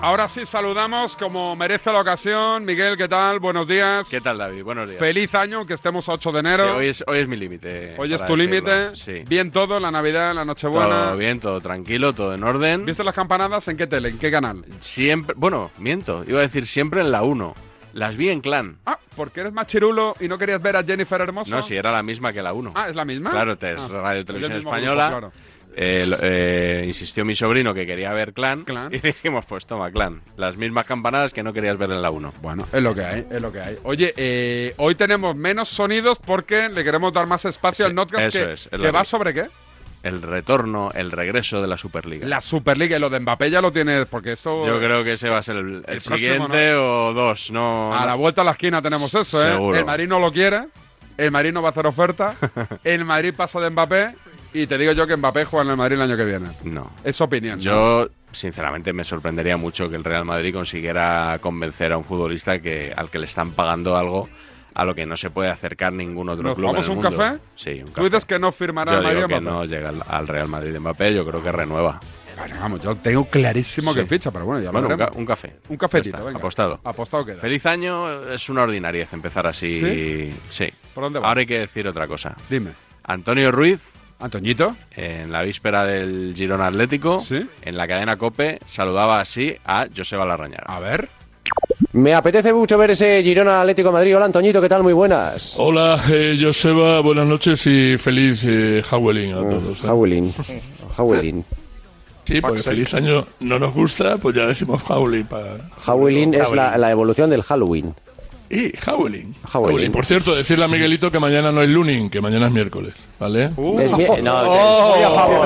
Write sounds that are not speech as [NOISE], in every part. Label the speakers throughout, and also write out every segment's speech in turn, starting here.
Speaker 1: Ahora sí saludamos como merece la ocasión. Miguel, ¿qué tal? Buenos días.
Speaker 2: ¿Qué tal, David? Buenos días.
Speaker 1: Feliz año, que estemos a 8 de
Speaker 2: Sí,
Speaker 1: enero.
Speaker 2: hoy, es, hoy es mi límite.
Speaker 1: Hoy es
Speaker 2: para decirlo.
Speaker 1: tu límite.
Speaker 2: Sí.
Speaker 1: Bien todo, la Navidad, la Nochebuena.
Speaker 2: Todo bien, todo tranquilo, todo en orden.
Speaker 1: ¿Viste las campanadas en qué tele, en qué canal?
Speaker 2: Siempre, bueno, miento, iba a decir siempre en la 1. Las vi en clan.
Speaker 1: Ah, porque eres más chirulo y no querías ver a Jennifer Hermoso.
Speaker 2: No, si era la misma que la 1.
Speaker 1: Ah, ¿es la misma?
Speaker 2: Claro, te- es
Speaker 1: Ah,
Speaker 2: Radio Televisión
Speaker 1: del mismo grupo,
Speaker 2: Española.
Speaker 1: claro.
Speaker 2: Eh, lo- eh, insistió mi sobrino que quería ver clan,
Speaker 1: Clan.
Speaker 2: y [LAUGHS] dijimos, pues toma, clan. Las mismas campanadas que no querías ver en la 1.
Speaker 1: Bueno, es lo que hay, es lo que hay. Oye, eh, hoy tenemos menos sonidos porque le queremos dar más espacio
Speaker 2: Sí,
Speaker 1: al Notcast
Speaker 2: eso
Speaker 1: que,
Speaker 2: es, es
Speaker 1: que
Speaker 2: la
Speaker 1: va
Speaker 2: ley.
Speaker 1: sobre qué?
Speaker 2: El retorno, el regreso de la Superliga.
Speaker 1: La Superliga y lo de Mbappé ya lo tienes porque eso
Speaker 2: Yo creo que ese va a ser el, el
Speaker 1: El próximo,
Speaker 2: siguiente o dos, no.
Speaker 1: a
Speaker 2: no.
Speaker 1: la vuelta a la esquina tenemos eso, ¿eh?
Speaker 2: Seguro.
Speaker 1: El Madrid no lo quiere, el Madrid no va a
Speaker 2: [LAUGHS]
Speaker 1: hacer oferta, el Madrid pasa de Mbappé y te digo yo que Mbappé juega en el Madrid el año que viene.
Speaker 2: No.
Speaker 1: Es opinión. ¿no?
Speaker 2: Yo, sinceramente, me sorprendería mucho que el Real Madrid consiguiera convencer a un futbolista que al que le están pagando algo a lo que no se puede acercar ningún otro
Speaker 1: ¿Nos
Speaker 2: club. en
Speaker 1: vamos
Speaker 2: el
Speaker 1: a un
Speaker 2: mundo.
Speaker 1: café?
Speaker 2: Sí, un café.
Speaker 1: Tú dices que no firmará
Speaker 2: yo
Speaker 1: el Madrid
Speaker 2: digo
Speaker 1: a
Speaker 2: que
Speaker 1: Mbappé.
Speaker 2: no llega al, al Real Madrid de Mbappé, yo creo que renueva.
Speaker 1: Bueno, vamos, yo tengo clarísimo que
Speaker 2: Sí.
Speaker 1: ficha, pero bueno, ya
Speaker 2: Bueno,
Speaker 1: lo
Speaker 2: un, ca-
Speaker 1: veremos.
Speaker 2: un café.
Speaker 1: Un
Speaker 2: Ya
Speaker 1: cafetito,
Speaker 2: está,
Speaker 1: venga.
Speaker 2: Apostado.
Speaker 1: Apostado queda.
Speaker 2: Feliz año es una ordinariez empezar así.
Speaker 1: ¿Sí?
Speaker 2: Sí.
Speaker 1: ¿Por dónde va?
Speaker 2: Ahora hay que decir otra cosa.
Speaker 1: Dime.
Speaker 2: Antonio Ruiz
Speaker 1: Antoñito,
Speaker 2: en la víspera del Girón Atlético,
Speaker 1: Sí.
Speaker 2: en la cadena COPE, saludaba así a Joseba Larrañaga.
Speaker 1: a ver.
Speaker 3: Me apetece mucho ver ese Girona Atlético de Madrid. Hola Antoñito, ¿qué tal? Muy buenas.
Speaker 4: Hola, eh, Joseba, buenas noches y feliz eh, Halloween
Speaker 3: Ah,
Speaker 4: a todos. ¿eh?
Speaker 3: Howling. Howling.
Speaker 4: Sí, porque feliz año no nos gusta, pues ya decimos Howling para...
Speaker 3: Howling es la, la evolución del Halloween.
Speaker 4: Y Howling.
Speaker 3: Howling.
Speaker 4: Por cierto, decirle a Miguelito que mañana no es lunes, que mañana es miércoles, ¿vale?
Speaker 3: Es mi- no, te-
Speaker 5: Uh,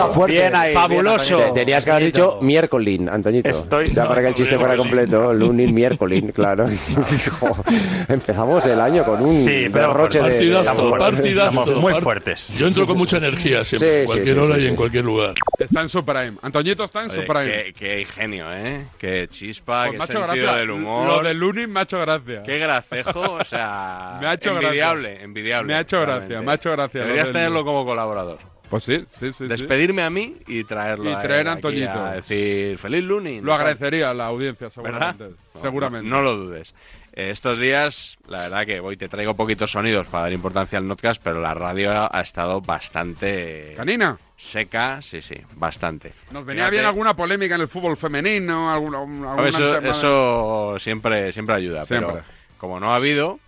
Speaker 5: Oh,
Speaker 3: fuerte.
Speaker 5: bien ahí,
Speaker 6: Fabuloso.
Speaker 5: bien,
Speaker 3: te- Tenías que haber dicho miércoles, Antoñito.
Speaker 5: Estoy-
Speaker 3: ya para que
Speaker 5: [LAUGHS]
Speaker 3: el chiste fuera completo, lunes, miércoles, claro. [LAUGHS] Hijo, Empezamos el año con un
Speaker 5: Sí, pero
Speaker 3: derroche de- de...
Speaker 4: Partidazo,
Speaker 5: fuertes,
Speaker 4: partidazo.
Speaker 5: estamos muy
Speaker 4: part-
Speaker 5: fuertes.
Speaker 4: Yo entro con mucha energía
Speaker 3: Sí,
Speaker 4: siempre,
Speaker 3: sí,
Speaker 4: en cualquier
Speaker 3: sí,
Speaker 4: hora
Speaker 3: sí,
Speaker 4: y
Speaker 3: sí.
Speaker 4: en cualquier lugar.
Speaker 1: Está en su prime. Antoñito está en su
Speaker 2: Oye,
Speaker 1: prime.
Speaker 2: qué, qué ingenio, ¿eh? Qué chispa,
Speaker 1: Pues
Speaker 2: qué
Speaker 1: me ha hecho
Speaker 2: sentido
Speaker 1: gracia.
Speaker 2: del
Speaker 1: Lo
Speaker 2: humor.
Speaker 1: del lunes me ha hecho gracia.
Speaker 2: Qué gracejo, o sea,
Speaker 1: [LAUGHS] Me ha hecho gracia.
Speaker 2: envidiable, envidiable.
Speaker 1: Me ha hecho gracia,
Speaker 2: realmente.
Speaker 1: me ha hecho gracia lo
Speaker 2: Deberías
Speaker 1: del-
Speaker 2: tenerlo como colaborador.
Speaker 1: Pues sí, sí, sí. sí.
Speaker 2: Despedirme a mí y traerlo
Speaker 1: Y
Speaker 2: a él
Speaker 1: traer a
Speaker 2: aquí
Speaker 1: Antoñito.
Speaker 2: A decir, feliz lunes.
Speaker 1: Lo agradecería a la audiencia,
Speaker 2: ¿Verdad?
Speaker 1: seguramente.
Speaker 2: No,
Speaker 1: seguramente.
Speaker 2: No, no lo dudes. Eh, Estos días, la verdad que hoy te traigo poquitos sonidos para dar importancia al notcast, pero la radio ha ha estado bastante
Speaker 1: Canina,
Speaker 2: seca, sí, sí, bastante.
Speaker 1: nos venía
Speaker 2: Fíjate,
Speaker 1: bien alguna polémica en el fútbol femenino, alguna, un- algún
Speaker 2: hombre, Eso,
Speaker 1: tema de-
Speaker 2: eso siempre, siempre ayuda, pero
Speaker 1: Siempre.
Speaker 2: como no ha habido,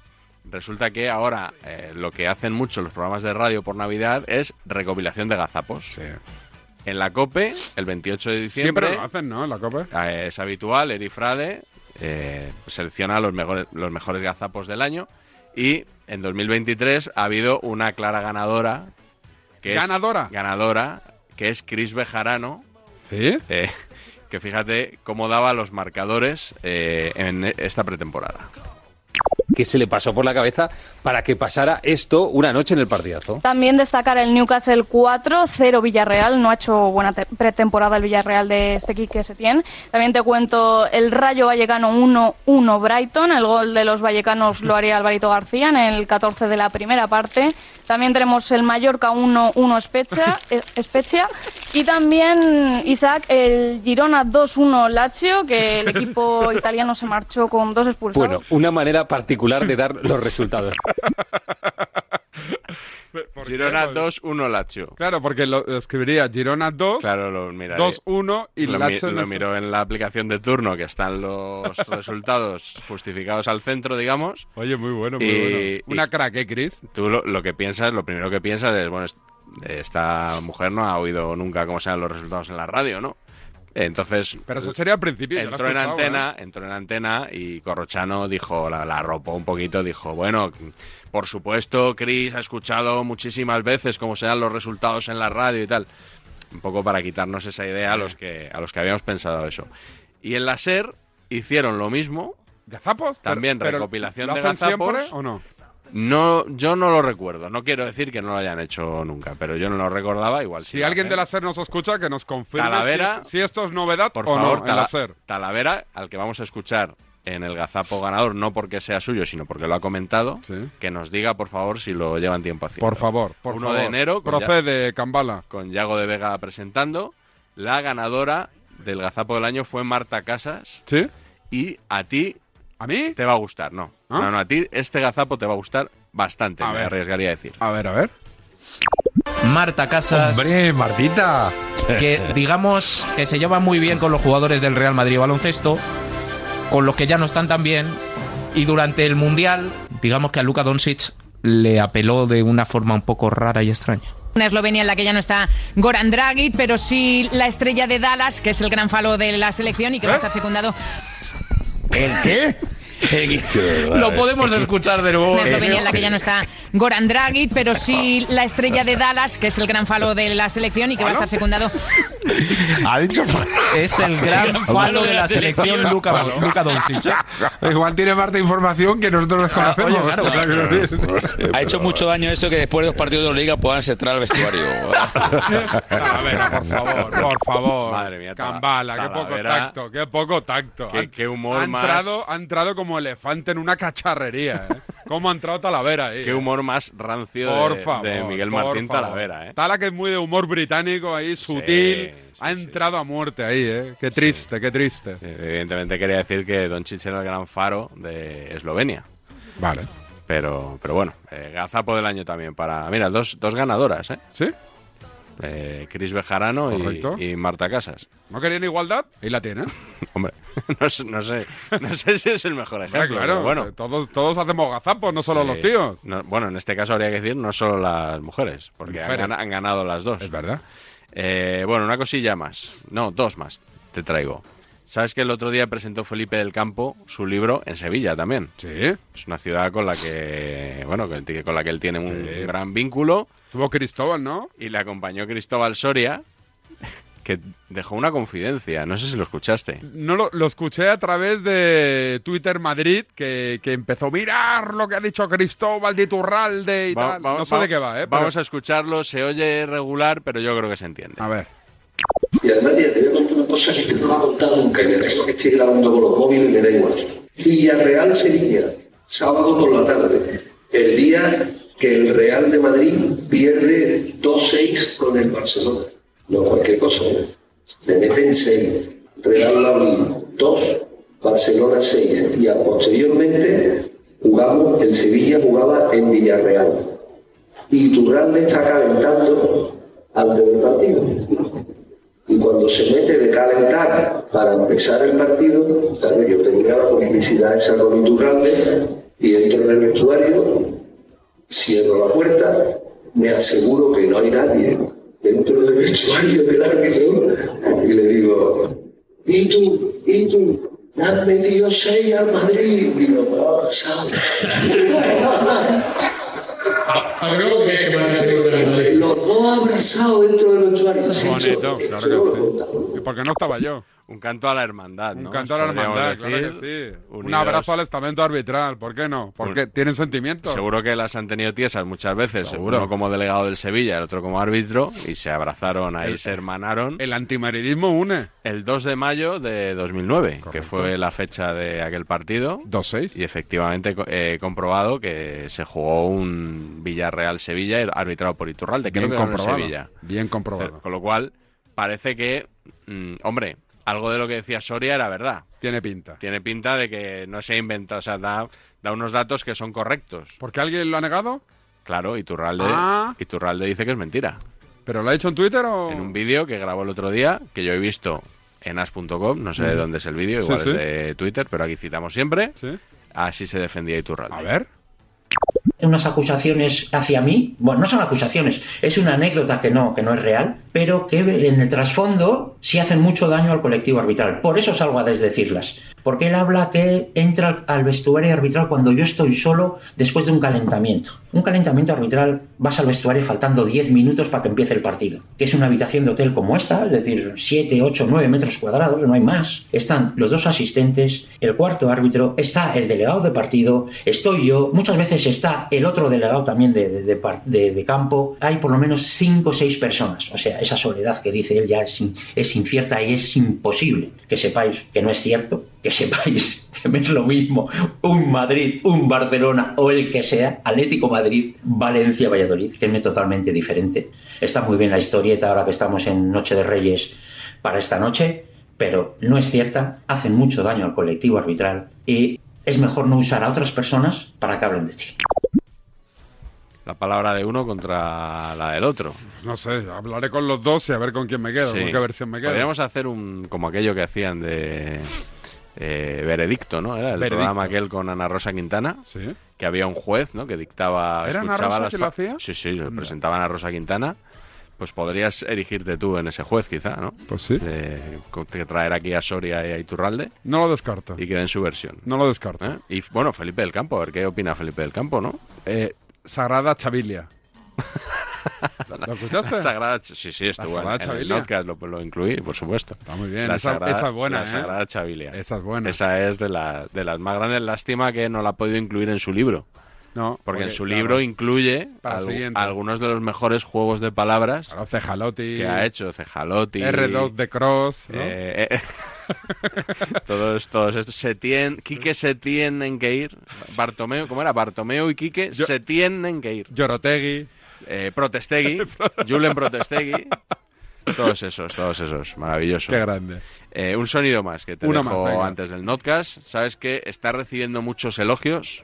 Speaker 2: resulta que ahora eh, lo que hacen mucho los programas de radio por Navidad es recopilación de gazapos.
Speaker 1: Sí.
Speaker 2: En la COPE, el 28 de diciembre,
Speaker 1: Siempre lo hacen, ¿no? En la Copa.
Speaker 2: Eh, es habitual, Eri Frade eh, selecciona los mejores, los mejores gazapos del año y en 2023 ha habido una clara ganadora. Que
Speaker 1: ¿Ganadora?
Speaker 2: Es, ganadora, que es Cris Bejarano,
Speaker 1: ¿Sí?
Speaker 2: eh, que fíjate cómo daba los marcadores eh, en esta pretemporada.
Speaker 7: que se le pasó por la cabeza para que pasara esto una noche en el partidazo.
Speaker 8: También destacar el Newcastle 4, 0 Villarreal. No ha hecho buena te- pretemporada el Villarreal de este Quique Setién. También te cuento el Rayo Vallecano 1-1 Brighton. El gol de los vallecanos lo haría Alvarito García en el 14 de la primera parte. También tenemos el Mallorca 1-1 Spezia, eh, Spezia. Y también, Isaac, el Girona 2-1 Lazio, que el equipo italiano se marchó con dos expulsados.
Speaker 7: Bueno, una manera particular de dar los resultados.
Speaker 1: ¿Por qué?
Speaker 2: Girona
Speaker 1: Pues-
Speaker 2: 2-1 Lazio.
Speaker 1: Claro, porque lo lo escribiría Girona 2,
Speaker 2: Claro, lo miraré.
Speaker 1: 2-1 y
Speaker 2: lo, mi-
Speaker 1: Lazio en
Speaker 2: lo
Speaker 1: el-
Speaker 2: miró en la aplicación de turno que están
Speaker 1: [LAUGHS]
Speaker 2: los resultados justificados al centro, digamos.
Speaker 1: Oye, muy bueno, muy
Speaker 2: Y-
Speaker 1: bueno. Una crack, ¿eh, Cris?
Speaker 2: Tú lo, lo que piensas, lo primero que piensas es, bueno, es- esta mujer no ha oído nunca cómo sean los resultados en la radio, ¿no? Entonces,
Speaker 1: Pero eso sería al principio. yo ¿eh? lo he
Speaker 2: entró en
Speaker 1: escuchado,
Speaker 2: antena, entró en antena y Corrochano dijo, la, la arropó un poquito, dijo, bueno, por supuesto, Chris ha escuchado muchísimas veces cómo sean los resultados en la radio y tal. Un poco para quitarnos esa idea a los que, a los que habíamos pensado eso. Y en la SER hicieron lo mismo.
Speaker 1: ¿eh? ¿Gazapos? Pero-
Speaker 2: También
Speaker 1: pero
Speaker 2: recopilación
Speaker 1: ¿lo
Speaker 2: de
Speaker 1: hacen siempre
Speaker 2: gazapos.
Speaker 1: o no?
Speaker 2: No, yo no lo recuerdo. No quiero decir que no lo hayan hecho nunca, pero yo no lo recordaba. Igual sí
Speaker 1: Si
Speaker 2: lo
Speaker 1: alguien
Speaker 2: hacen.
Speaker 1: de la SER nos escucha, que nos confirme
Speaker 2: Talavera,
Speaker 1: si, esto, si esto es novedad
Speaker 2: por
Speaker 1: o
Speaker 2: favor,
Speaker 1: no en
Speaker 2: Tala-
Speaker 1: la SER.
Speaker 2: Talavera, al que vamos a escuchar en el gazapo ganador, no porque sea suyo, sino porque lo ha comentado,
Speaker 1: Sí.
Speaker 2: que nos diga, por favor, si lo llevan tiempo haciendo.
Speaker 1: Por favor, por
Speaker 2: 1
Speaker 1: favor.
Speaker 2: de enero, con, Ya-
Speaker 1: Procede, Cambala.
Speaker 2: con Yago de Vega presentando, la ganadora del Gazapo del Año fue Marta Casas.
Speaker 1: ¿Sí?
Speaker 2: Y a ti
Speaker 1: ¿A mí?
Speaker 2: te va a gustar, no.
Speaker 1: ¿Ah?
Speaker 2: No, no, a ti este Gazapo te va a gustar bastante,
Speaker 1: A
Speaker 2: me
Speaker 1: ver.
Speaker 2: arriesgaría a decir.
Speaker 1: A ver, a ver.
Speaker 5: Marta Casas,
Speaker 1: Hombre, Martita.
Speaker 5: que digamos que se lleva muy bien con los jugadores del Real Madrid baloncesto, con los que ya no están tan bien, y durante el Mundial, digamos que a Luka Doncic le apeló de una forma un poco rara y extraña.
Speaker 6: Una Eslovenia en la que ya no está Goran Dragic, pero sí la estrella de Dallas, que es el gran falo de la selección y que va a estar secundado.
Speaker 5: [LAUGHS] Lo podemos escuchar de nuevo.
Speaker 9: Pues
Speaker 5: Eh,
Speaker 6: Una Eslovenia en la que ya no está Goran Dragic, pero sí la estrella de Dallas, que es el gran falo de la selección y que va a estar secundado.
Speaker 10: Ha dicho
Speaker 5: Es el gran falo de la selección Luka, Luka Doncic.
Speaker 10: Igual Eh, tiene parte de información que nosotros
Speaker 1: Ah,
Speaker 10: desconocemos.
Speaker 5: Oye, claro,
Speaker 10: O sea, quiero decir.
Speaker 11: Ha hecho mucho daño eso que después de dos partidos de liga puedan entrar al vestuario.
Speaker 1: [LAUGHS] A ver, por
Speaker 10: eh,
Speaker 1: favor, por favor.
Speaker 2: Madre mía, Tala-
Speaker 1: Cambala, qué poco
Speaker 2: Talavera.
Speaker 1: tacto, qué poco tacto.
Speaker 2: Qué-
Speaker 1: Han-
Speaker 2: qué humor
Speaker 1: ha
Speaker 2: más-
Speaker 1: entrado, ha entrado como elefante en una cacharrería, ¿eh? Cómo ha entrado Talavera ahí.
Speaker 2: Qué
Speaker 1: eh.
Speaker 2: humor más rancio
Speaker 1: Por
Speaker 2: de,
Speaker 1: favor,
Speaker 2: de Miguel
Speaker 1: por
Speaker 2: Martín
Speaker 1: favor.
Speaker 2: Talavera, ¿eh?
Speaker 1: Tala que es muy de humor británico ahí, sutil.
Speaker 2: sí,
Speaker 1: ha
Speaker 2: sí,
Speaker 1: entrado a muerte ahí, ¿eh? Qué triste, qué triste.
Speaker 2: Eh, Evidentemente quería decir que Doncic era el gran faro de Eslovenia.
Speaker 1: Vale.
Speaker 2: Pero, pero bueno, eh, gazapo del año también para... Mira, dos, dos ganadoras, ¿eh?
Speaker 1: ¿Sí?
Speaker 2: Eh, Cris Bejarano y,
Speaker 1: Correcto.
Speaker 2: y Marta Casas. [LAUGHS]
Speaker 1: ¿No querían igualdad? Ahí la tienen.
Speaker 2: Hombre, [LAUGHS] no, sé- no sé, [LAUGHS] no sé si es el mejor
Speaker 1: Hombre,
Speaker 2: ejemplo.
Speaker 1: claro,
Speaker 2: pero bueno,
Speaker 1: todos, todos hacemos gazapos, no solo
Speaker 2: Sí.
Speaker 1: los tíos.
Speaker 2: No, bueno, en este caso habría que decir no solo las mujeres, porque han,
Speaker 1: Mujeres.
Speaker 2: gana- han ganado las dos.
Speaker 1: Es verdad.
Speaker 2: Eh, bueno, una cosilla más. No, dos más te traigo. Sabes que el otro día presentó Felipe del Campo su libro en Sevilla también.
Speaker 1: Sí.
Speaker 2: Es una ciudad con la que, bueno, con el- con la que él tiene un
Speaker 1: Sí.
Speaker 2: gran vínculo
Speaker 1: Tuvo Cristóbal, ¿no?
Speaker 2: y le acompañó Cristóbal Soria, que dejó una confidencia. No sé si lo escuchaste.
Speaker 1: No lo, lo escuché a través de Twitter Madrid, que, que empezó mirar lo que ha dicho Cristóbal de Iturralde y
Speaker 2: Va-
Speaker 1: tal.
Speaker 2: va-
Speaker 1: no sé
Speaker 2: va-
Speaker 1: de qué va, ¿eh?
Speaker 2: Vamos a escucharlo, se oye regular, pero yo creo que se entiende.
Speaker 1: a... ver.
Speaker 12: Y además ya te voy a contar una cosa que este no me ha contado nunca, que tengo que estoy grabando con los móviles, me da igual. Villarreal Sevilla, sábado por la tarde, el día que el Real de Madrid pierde 2-6 con el Barcelona. No cualquier cosa, ¿eh? Me meten 6, Real Madrid 2, Barcelona 6. Y a- posteriormente jugamos, el Sevilla jugaba en Villarreal. Y Turralde está calentando antes del partido. Y cuando se mete de calentar para empezar el partido, claro, yo tenía la complicidad esa con Iturralde y entro en el vestuario, cierro la puerta, me aseguro que no hay nadie dentro del vestuario del árbitro y le digo, ¿y tú? ¿y tú? Me han metido seis al Madrid. Y yo, "Ah, ¿sabes?". Los dos abrazados dentro del vestuario.
Speaker 1: Bonito,
Speaker 12: Esto no lo
Speaker 1: claro
Speaker 12: he
Speaker 1: que
Speaker 12: contado.
Speaker 1: sí. ¿Y por qué no estaba yo?
Speaker 2: Un canto a la hermandad,
Speaker 1: Un
Speaker 2: ¿no?
Speaker 1: canto a la
Speaker 2: Podríamos
Speaker 1: hermandad, claro
Speaker 2: decir,
Speaker 1: que sí. Un
Speaker 2: unidos.
Speaker 1: abrazo al estamento arbitral, ¿por qué no? Porque
Speaker 2: Un-
Speaker 1: tienen sentimientos.
Speaker 2: Seguro que las han tenido tiesas muchas veces,
Speaker 1: Seguro.
Speaker 2: uno como delegado del Sevilla, el otro como árbitro, y se abrazaron ahí, se hermanaron.
Speaker 1: El antimaridismo une.
Speaker 2: El 2 de mayo de 2009, que fue la fecha de aquel partido,
Speaker 1: 2-6.
Speaker 2: y efectivamente co- eh, he comprobado que se jugó un Villarreal-Sevilla arbitrado por Iturralde, creo
Speaker 1: Bien
Speaker 2: que ganó el
Speaker 1: comprobado.
Speaker 2: Sevilla.
Speaker 1: Bien
Speaker 2: O sea,
Speaker 1: comprobado.
Speaker 2: Con lo cual, parece que, mm, hombre, algo de lo que decía Soria era verdad.
Speaker 1: Tiene pinta.
Speaker 2: Tiene pinta de que no se ha inventado, o sea, da, da unos datos que son correctos.
Speaker 1: ¿Por qué alguien lo ha negado?
Speaker 2: Claro, Iturralde,
Speaker 1: Ah.
Speaker 2: Iturralde dice que es mentira.
Speaker 1: ¿Pero lo ha hecho en Twitter o...?
Speaker 2: En un vídeo que grabó el otro día, que yo he visto en as.com, no sé de dónde es el vídeo,
Speaker 1: Sí,
Speaker 2: igual
Speaker 1: sí.
Speaker 2: es de Twitter, pero aquí citamos siempre,
Speaker 1: Sí.
Speaker 2: así se defendía Iturralde.
Speaker 1: A ver.
Speaker 12: unas acusaciones hacia mí, bueno, no son acusaciones, es una anécdota que no, que no es real, pero que en el trasfondo sí hacen mucho daño al colectivo arbitral. Por eso salgo a desdecirlas. Porque él habla que entra al vestuario arbitral cuando yo estoy solo después de un calentamiento. Un calentamiento arbitral vas al vestuario faltando 10 minutos para que empiece el partido, que es una habitación de hotel como esta, es decir, 7, 8, 9 metros cuadrados, no hay más. Están los dos asistentes, el cuarto árbitro, está el delegado de partido, estoy yo, muchas veces está el otro delegado también de, de- de par- de- de campo, hay por lo menos 5 o 6 personas, o sea, esa soledad que dice él ya es, in- es incierta y es imposible que sepáis que no es cierto, que sepáis [LAUGHS] que me es lo mismo un Madrid, un Barcelona o el que sea, Atlético Madrid, Valencia, Valladolid, que es totalmente diferente. Está muy bien la historieta ahora que estamos en Noche de Reyes para esta noche,
Speaker 13: pero no es cierta, hacen mucho daño al colectivo arbitral y es mejor no usar a otras personas para que hablen de ti.
Speaker 2: La palabra de uno contra la del otro.
Speaker 1: pues No sé, hablaré con los dos y a ver con quién me quedo,
Speaker 2: Sí.
Speaker 1: con qué versión me quedo.
Speaker 2: Podríamos hacer un como aquello que hacían de eh, veredicto, ¿no? Era el
Speaker 1: Veredicto.
Speaker 2: programa aquel con Ana Rosa Quintana,
Speaker 1: Sí.
Speaker 2: que había un juez, ¿no? Que dictaba,
Speaker 1: ¿Era Ana
Speaker 2: escuchaba
Speaker 1: Rosa
Speaker 2: las
Speaker 1: que lo
Speaker 2: pa-
Speaker 1: hacía?
Speaker 2: Sí, sí, lo presentaba Ana Rosa Quintana. Pues podrías erigirte tú en ese juez, quizá, ¿no?
Speaker 1: Pues sí.
Speaker 2: que traer aquí a Soria y a Iturralde
Speaker 1: No lo descarto.
Speaker 2: y que den su versión.
Speaker 1: No lo descarto.
Speaker 2: ¿Eh? Y bueno, Felipe del Campo, a ver qué opina Felipe del Campo, ¿no?
Speaker 1: Eh,
Speaker 2: [LAUGHS]
Speaker 1: Sagrada Chavilia. ¿Lo escuchaste?
Speaker 2: La Sagrada, Ch- sí, sí, estuvo
Speaker 1: Sagrada
Speaker 2: en, en el
Speaker 1: Chavilia.
Speaker 2: podcast, lo, lo incluí, por supuesto. Está
Speaker 1: muy bien, esa- esa es buena,
Speaker 2: La
Speaker 1: ¿eh?
Speaker 2: Sagrada Chavilia.
Speaker 1: Esa es buena.
Speaker 2: Esa es de, la- de las más grandes. Lástima que no la ha podido incluir en su libro.
Speaker 1: No,
Speaker 2: Porque, en su
Speaker 1: claro,
Speaker 2: libro incluye
Speaker 1: Para el
Speaker 2: algu-
Speaker 1: siguiente.
Speaker 2: algunos de los mejores juegos de palabras
Speaker 1: Cejalotti.
Speaker 2: que ha hecho. Cejalotti.
Speaker 1: R2 de Cross. ¿no?
Speaker 2: eh, [LAUGHS] eh, todos, todos estos. Se tienen, Quique se tienen que ir. Bartomeo, ¿cómo era? Bartomeo y Quique
Speaker 1: Yo-
Speaker 2: se tienen que ir.
Speaker 1: Yorotegui.
Speaker 2: Eh,
Speaker 1: [LAUGHS]
Speaker 2: Protestegui. Julen Protestegui. Todos esos, todos esos. Maravilloso.
Speaker 1: Qué grande.
Speaker 2: Eh, un sonido más que te
Speaker 1: Uno
Speaker 2: dejo
Speaker 1: más, venga.
Speaker 2: antes del notcast. Sabes que está recibiendo muchos elogios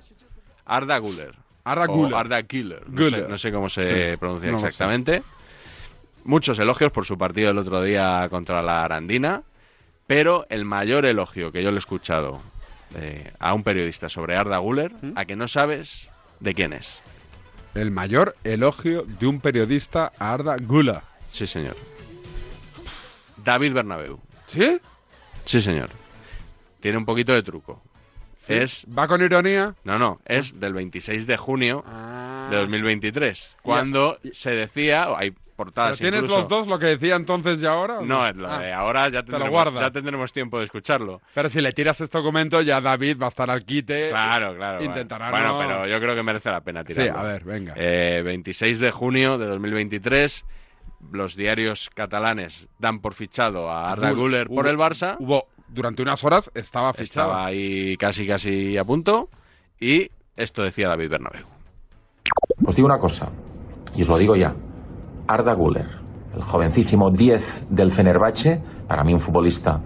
Speaker 2: Arda Guller.
Speaker 1: Arda
Speaker 2: O
Speaker 1: Güler.
Speaker 2: Arda Killer. No,
Speaker 1: Güler.
Speaker 2: sé, no sé cómo se
Speaker 1: Sí,
Speaker 2: pronuncia
Speaker 1: no lo sé.
Speaker 2: exactamente. Muchos elogios por su partido el otro día contra la Arandina. Pero el mayor elogio que yo le he escuchado eh, a un periodista sobre Arda Guller,
Speaker 1: ¿Mm?
Speaker 2: a que no sabes de quién es.
Speaker 1: El mayor elogio de un periodista a Arda Gula.
Speaker 2: Sí, señor. David Bernabeu.
Speaker 1: ¿Sí?
Speaker 2: Sí, señor. Tiene un poquito de truco.
Speaker 1: ¿Sí?
Speaker 2: Es.
Speaker 1: ¿Va con ironía?
Speaker 2: No, no, es del 26 de junio
Speaker 1: Ah.
Speaker 2: de 2023. Cuando se decía. o Hay
Speaker 1: ¿Pero
Speaker 2: portadas
Speaker 1: ¿Tienes
Speaker 2: incluso.
Speaker 1: los dos, lo que decía entonces y ahora? Ah,
Speaker 2: No, es lo de ahora ya
Speaker 1: Te lo
Speaker 2: tendremos,
Speaker 1: guarda.
Speaker 2: ya tendremos tiempo de escucharlo.
Speaker 1: Pero si le tiras este documento, ya David va a estar al quite.
Speaker 2: Claro, claro.
Speaker 1: Intentará
Speaker 2: Bueno,
Speaker 1: no-
Speaker 2: pero yo creo que merece la pena
Speaker 1: Sí,
Speaker 2: tirarlo.
Speaker 1: a ver, venga.
Speaker 2: Eh, 26 de junio de 2023, los diarios catalanes dan por fichado a Arda
Speaker 1: Hubo-
Speaker 2: Güler por
Speaker 1: hubo-
Speaker 2: el Barça.
Speaker 1: Hubo, durante unas horas estaba fichado.
Speaker 2: Estaba ahí casi, casi a punto. Y esto decía David Bernabeu.
Speaker 14: Os digo una cosa, y os lo digo ya. Arda Güler, el jovencísimo 10 del Fenerbahce, para mí un futbolista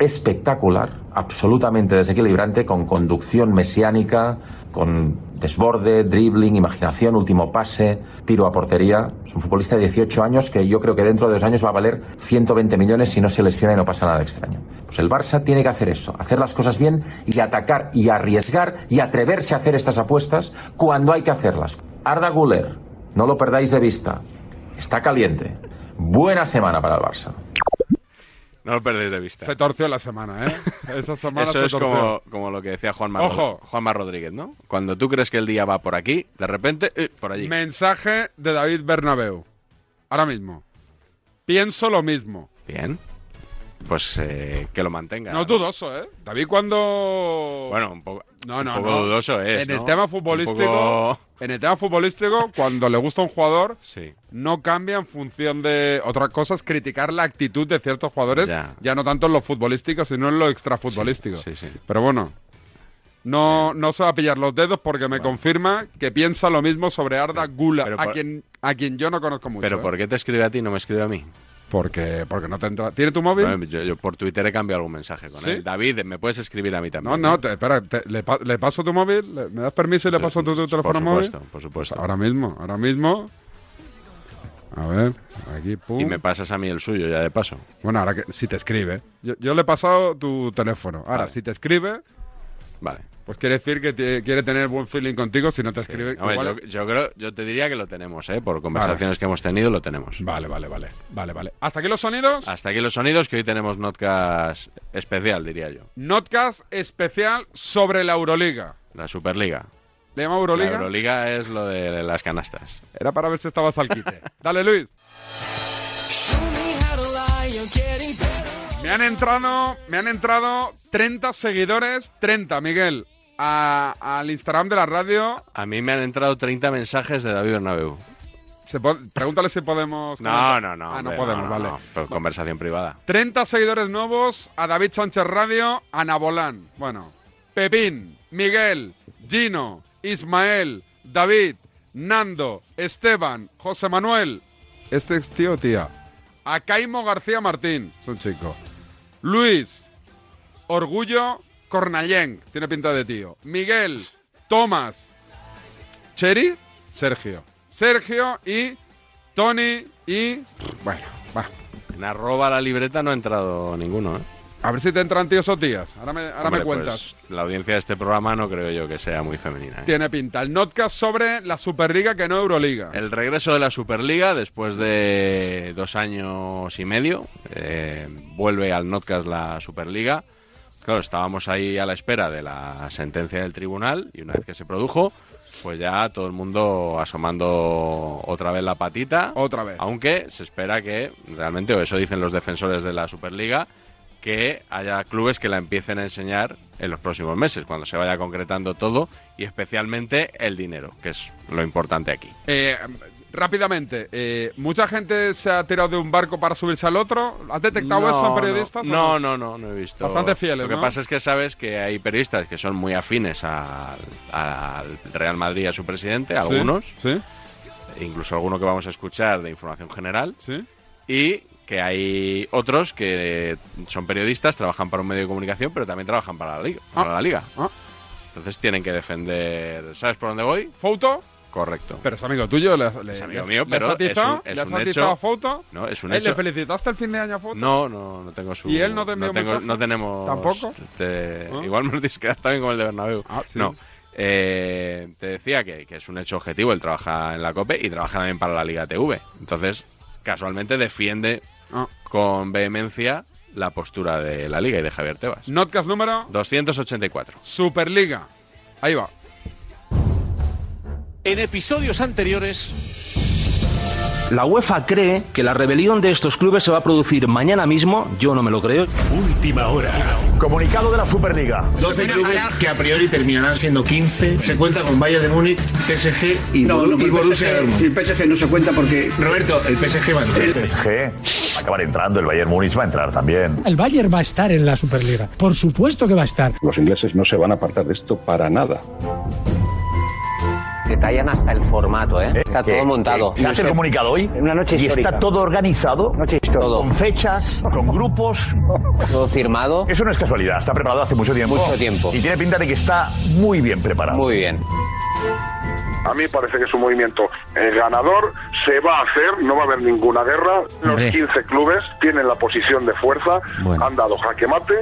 Speaker 14: espectacular, absolutamente desequilibrante, con conducción mesiánica, con desborde, dribbling, imaginación, último pase, tiro a portería. Es un futbolista de 18 años que yo creo que dentro de dos años va a valer 120 millones si no se lesiona y no pasa nada extraño. Pues el Barça tiene que hacer eso, hacer las cosas bien y atacar y arriesgar y atreverse a hacer estas apuestas cuando hay que hacerlas. Arda Güler, no lo perdáis de vista. Está caliente. Buena semana para el Barça.
Speaker 2: No lo perdéis de vista.
Speaker 1: Se torció la semana,
Speaker 2: [LAUGHS]
Speaker 1: ¿eh? Esa semana
Speaker 2: Eso
Speaker 1: se
Speaker 2: es
Speaker 1: torció.
Speaker 2: como, como lo que decía Juanma, Rod-
Speaker 1: Ojo.
Speaker 2: Juanma Rodríguez, ¿no? Cuando tú crees que el día va por aquí, de repente, eh, por allí.
Speaker 1: Mensaje de David Bernabeu. Ahora mismo. Pienso lo mismo.
Speaker 2: Bien. Pues eh, que lo mantenga.
Speaker 1: No es dudoso, ¿eh? David cuando...
Speaker 2: Bueno, un poco,
Speaker 1: No, no,
Speaker 2: un poco
Speaker 1: no.
Speaker 2: dudoso es.
Speaker 1: En el
Speaker 2: ¿no?
Speaker 1: tema
Speaker 2: Un
Speaker 1: futbolístico,
Speaker 2: poco-
Speaker 1: en el tema futbolístico, cuando le gusta un jugador,
Speaker 2: Sí.
Speaker 1: no cambia en función de otra cosa es criticar la actitud de ciertos jugadores,
Speaker 2: Ya.
Speaker 1: ya, no tanto en lo futbolístico, sino en lo extrafutbolístico. Pero bueno, no, no se va a pillar los dedos porque me confirma que piensa lo mismo sobre Arda Gula, a
Speaker 2: por-
Speaker 1: quien a quien yo no conozco mucho. ¿eh?
Speaker 2: Pero ¿por qué te escribe a ti y no me escribe a mí?
Speaker 1: Porque, porque no te entra... ¿Tiene tu móvil?
Speaker 2: No, yo, yo por Twitter he cambiado algún mensaje con
Speaker 1: ¿Sí?
Speaker 2: él. David, me puedes escribir a mí
Speaker 1: No,
Speaker 2: también.
Speaker 1: no, te- espera, te- le, pa- le paso tu móvil, ¿Le- me das permiso y le paso tu, tu teléfono
Speaker 2: pues, Por
Speaker 1: móvil. Pues
Speaker 2: supuesto, por supuesto.
Speaker 1: Ahora mismo, ahora mismo. A ver, aquí, pum.
Speaker 2: Y me pasas a mí el suyo ya de paso.
Speaker 1: Bueno, ahora que si te escribe. Yo, yo le he pasado tu teléfono. Ahora, si te escribe.
Speaker 2: Vale.
Speaker 1: Pues quiere decir que te- quiere tener buen feeling contigo si no te escribe.
Speaker 2: Hombre,
Speaker 1: igual-
Speaker 2: yo, yo creo, yo te diría que lo tenemos, ¿eh? Por conversaciones que hemos tenido, lo tenemos.
Speaker 1: Vale, vale, vale. Vale, vale. Hasta aquí los sonidos.
Speaker 2: Hasta aquí los sonidos, que hoy tenemos notcast especial, diría yo.
Speaker 1: Notcast especial sobre la Euroliga.
Speaker 2: La Superliga.
Speaker 1: ¿Le llama Euroliga?
Speaker 2: La Euroliga es lo de las canastas.
Speaker 1: Era para ver si estabas al quite. Dale, Luis. Me han entrado, me han entrado 30 seguidores, 30, Miguel, a- al Instagram de la radio.
Speaker 2: [LAUGHS] A mí me han entrado 30 mensajes de David Bernabeu.
Speaker 1: Se po- pregúntale si podemos.
Speaker 2: No, no, no.
Speaker 1: Ah, no
Speaker 2: hombre,
Speaker 1: podemos, vale.
Speaker 2: no. Pero conversación privada.
Speaker 1: 30 seguidores nuevos a David Sánchez Radio, Ana Bolán. Bueno, Pepín, Miguel, Gino, Ismael, David, Nando, Esteban, José Manuel. Este es tío, o tía. A Caimo García Martín, es un chico. Luis, Orgullo Cornallenc, tiene pinta de tío. Miguel, Tomás, Cheri, Sergio. Sergio y Tony y... Bueno, va.
Speaker 2: En arroba la libreta no ha entrado ninguno, ¿eh?
Speaker 1: A ver si te entran tíos o tías. Ahora me, ahora
Speaker 2: Hombre,
Speaker 1: me cuentas.
Speaker 2: pues, la audiencia de este programa no creo yo que sea muy femenina. ¿eh?
Speaker 1: Tiene pinta. El notcast sobre la Superliga que no Euroliga.
Speaker 2: El regreso de la Superliga después de Eh, dos años y medio. eh, vuelve al Notcast la Superliga. Claro, estábamos ahí a la espera de la sentencia del tribunal y una vez que se produjo, pues ya todo el mundo asomando otra vez la patita.
Speaker 1: Otra vez.
Speaker 2: Aunque se espera que, realmente, o eso dicen los defensores de la Superliga, que haya clubes que la empiecen a enseñar en los próximos meses, cuando se vaya concretando todo y especialmente el dinero, que es lo importante aquí.
Speaker 1: Eh, rápidamente, eh, mucha gente se ha tirado de un barco para subirse al otro. ¿Has detectado eso en periodistas? o
Speaker 2: No, no, no, no he visto.
Speaker 1: Bastante fieles,
Speaker 2: Lo que
Speaker 1: ¿no?
Speaker 2: pasa es que sabes que hay periodistas que son muy afines al, al Real Madrid, a su presidente,
Speaker 1: Sí,
Speaker 2: algunos. e
Speaker 1: Sí.
Speaker 2: Incluso alguno que vamos a escuchar de información general. Y que hay otros que son periodistas, trabajan para un medio de comunicación, pero también trabajan para la liga.
Speaker 1: Ah.
Speaker 2: Para la liga. Entonces tienen que defender. ¿Sabes por dónde voy?
Speaker 1: ¿Foto?
Speaker 2: Correcto.
Speaker 1: Pero es amigo tuyo. Le, le-
Speaker 2: Es amigo
Speaker 1: le-
Speaker 2: mío,
Speaker 1: le
Speaker 2: pero
Speaker 1: has atizado,
Speaker 2: es un- es
Speaker 1: ¿Le has
Speaker 2: un
Speaker 1: atizado
Speaker 2: hecho.
Speaker 1: a foto?
Speaker 2: No, es un
Speaker 1: ¿Eh, ¿Le
Speaker 2: hecho.
Speaker 1: felicitaste el fin de año a foto?
Speaker 2: No, no, no tengo su.
Speaker 1: ¿Y él no te envió
Speaker 2: tengo-
Speaker 1: mensaje?
Speaker 2: no tenemos.
Speaker 1: ¿Tampoco? ¿Ah?
Speaker 2: te- Igual me lo tienes que dar también con el de Bernabéu. No. Eh, te decía que, que es un hecho objetivo. Él trabaja en la COPE y trabaja también para la Liga TV. Entonces, casualmente defiende
Speaker 1: Ah.
Speaker 2: con vehemencia la postura de la Liga y de Javier Tebas.
Speaker 1: Notcast número
Speaker 2: 284.
Speaker 1: Superliga. Ahí va.
Speaker 15: En episodios anteriores.
Speaker 13: La UEFA cree que la rebelión de estos clubes se va a producir mañana mismo. Yo no me lo creo. Última hora. Comunicado de la Superliga.
Speaker 16: 12 clubes que a priori terminarán siendo 15. Se cuenta con Bayern de Múnich, PSG y,
Speaker 17: No,
Speaker 16: Boru-
Speaker 17: no, pero
Speaker 16: y
Speaker 17: el
Speaker 16: Borussia
Speaker 17: PSG
Speaker 16: Dortmund. El PSG no se cuenta porque... Roberto, el PSG va a entrar.
Speaker 18: El PSG va a acabar entrando, el Bayern Múnich va a entrar también.
Speaker 19: El Bayern va a estar en la Superliga. Por supuesto que va a estar.
Speaker 18: Los ingleses no se van a apartar de esto para nada.
Speaker 12: Detallan hasta el formato, ¿eh? Está todo montado.
Speaker 18: Se hace el comunicado hoy
Speaker 12: Una noche
Speaker 18: y está
Speaker 12: histórica.
Speaker 18: todo organizado, con fechas, con grupos. Todo firmado. Eso no es casualidad, está preparado hace mucho tiempo.
Speaker 12: Mucho tiempo.
Speaker 18: Y tiene pinta de que está muy bien preparado. Muy
Speaker 12: bien.
Speaker 20: A mí parece que es un movimiento eh, ganador, se va a hacer, no va a haber ninguna guerra. Los
Speaker 21: Hombre.
Speaker 20: 15 clubes tienen la posición de fuerza,
Speaker 21: Bueno.
Speaker 20: han dado jaque mate.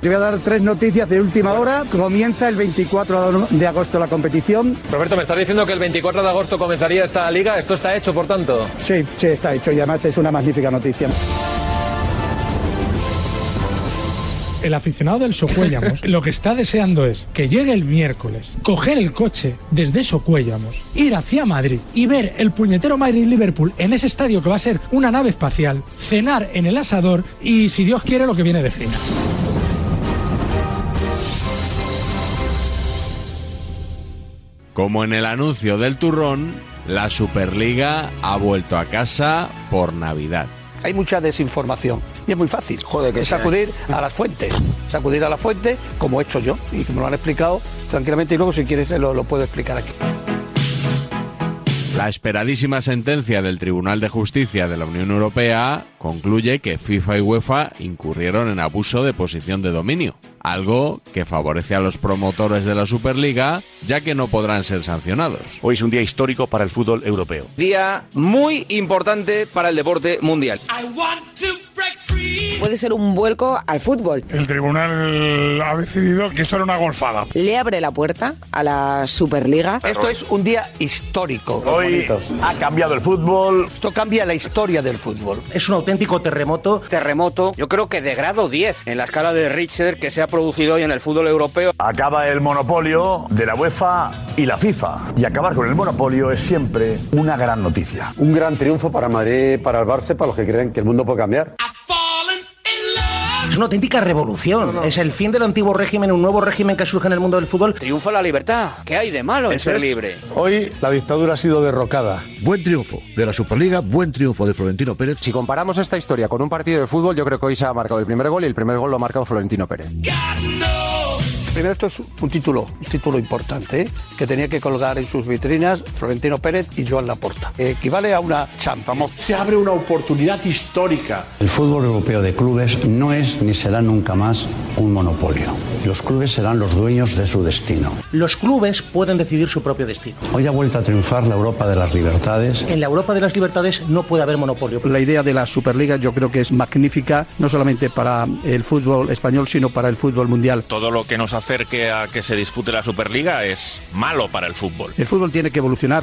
Speaker 21: Te voy a dar tres noticias de última hora. Comienza el 24 de agosto la competición.
Speaker 14: Roberto, me estás diciendo que el 24 de agosto comenzaría esta liga. Esto está hecho, por tanto.
Speaker 21: Sí, sí, está hecho y además es una magnífica noticia.
Speaker 19: El aficionado del Socuéllamos lo que está deseando es que llegue el miércoles, coger el coche desde Socuéllamos, ir hacia Madrid y ver el puñetero Madrid-Liverpool en ese estadio que va a ser una nave espacial, cenar en el asador y, si Dios quiere, lo que viene de China.
Speaker 2: Como en el anuncio del turrón, la Superliga ha vuelto a casa por Navidad.
Speaker 9: Hay mucha desinformación y es muy fácil. Joder, que es acudir a las fuentes. Sacudir a las fuentes, como he hecho yo y como lo han explicado tranquilamente. Y luego, si quieres, lo, lo puedo explicar aquí.
Speaker 2: La esperadísima sentencia del Tribunal de Justicia de la Unión Europea concluye que FIFA y UEFA incurrieron en abuso de posición de dominio, algo que favorece a los promotores de la Superliga ya que no podrán ser sancionados.
Speaker 15: Hoy es un día histórico para el fútbol europeo.
Speaker 13: Día muy importante para el deporte mundial.
Speaker 22: Puede ser un vuelco al fútbol.
Speaker 23: El tribunal ha decidido que esto era una golfada.
Speaker 22: Le abre la puerta a la Superliga.
Speaker 9: Esto es un día histórico.
Speaker 22: Hoy
Speaker 9: ha cambiado el fútbol. Esto cambia la historia del fútbol.
Speaker 13: Es un auténtico terremoto. Terremoto, yo creo que de grado 10 en la escala de Richter que se ha producido hoy en el fútbol europeo.
Speaker 18: Acaba el monopolio de la UEFA y la FIFA. Y acabar con el monopolio es siempre una gran noticia.
Speaker 24: Un gran triunfo para Madrid, para el Barça, para los que creen que el mundo puede cambiar.
Speaker 22: Es una auténtica revolución. Es el fin del antiguo régimen, un nuevo régimen que surge en el mundo del fútbol. Triunfa la libertad.
Speaker 13: ¿Qué hay de malo en ser libre?
Speaker 22: Hoy la dictadura ha sido derrocada.
Speaker 25: Buen triunfo de la Superliga, buen triunfo de Florentino Pérez.
Speaker 13: Si comparamos esta historia con un partido de fútbol, yo creo que hoy se ha marcado el primer gol y el primer gol lo ha marcado Florentino Pérez.
Speaker 9: Primero, esto es un título, un título importante, ¿eh? que tenía que colgar en sus vitrinas Florentino Pérez y Joan Laporta. Eh, Equivale a una champamos.
Speaker 26: Se abre una oportunidad histórica.
Speaker 27: El fútbol europeo de clubes no es ni será nunca más un monopolio. Los clubes serán los dueños de su destino.
Speaker 28: Los clubes pueden decidir su propio destino.
Speaker 27: Hoy ha vuelto a triunfar la Europa de las libertades.
Speaker 28: En la Europa de las libertades no puede haber monopolio.
Speaker 9: La idea de la Superliga yo creo que es magnífica, no solamente para el fútbol español, sino para el fútbol mundial.
Speaker 29: Todo lo que nos acerque a que se dispute la Superliga es malo para el fútbol.
Speaker 9: El fútbol tiene que evolucionar.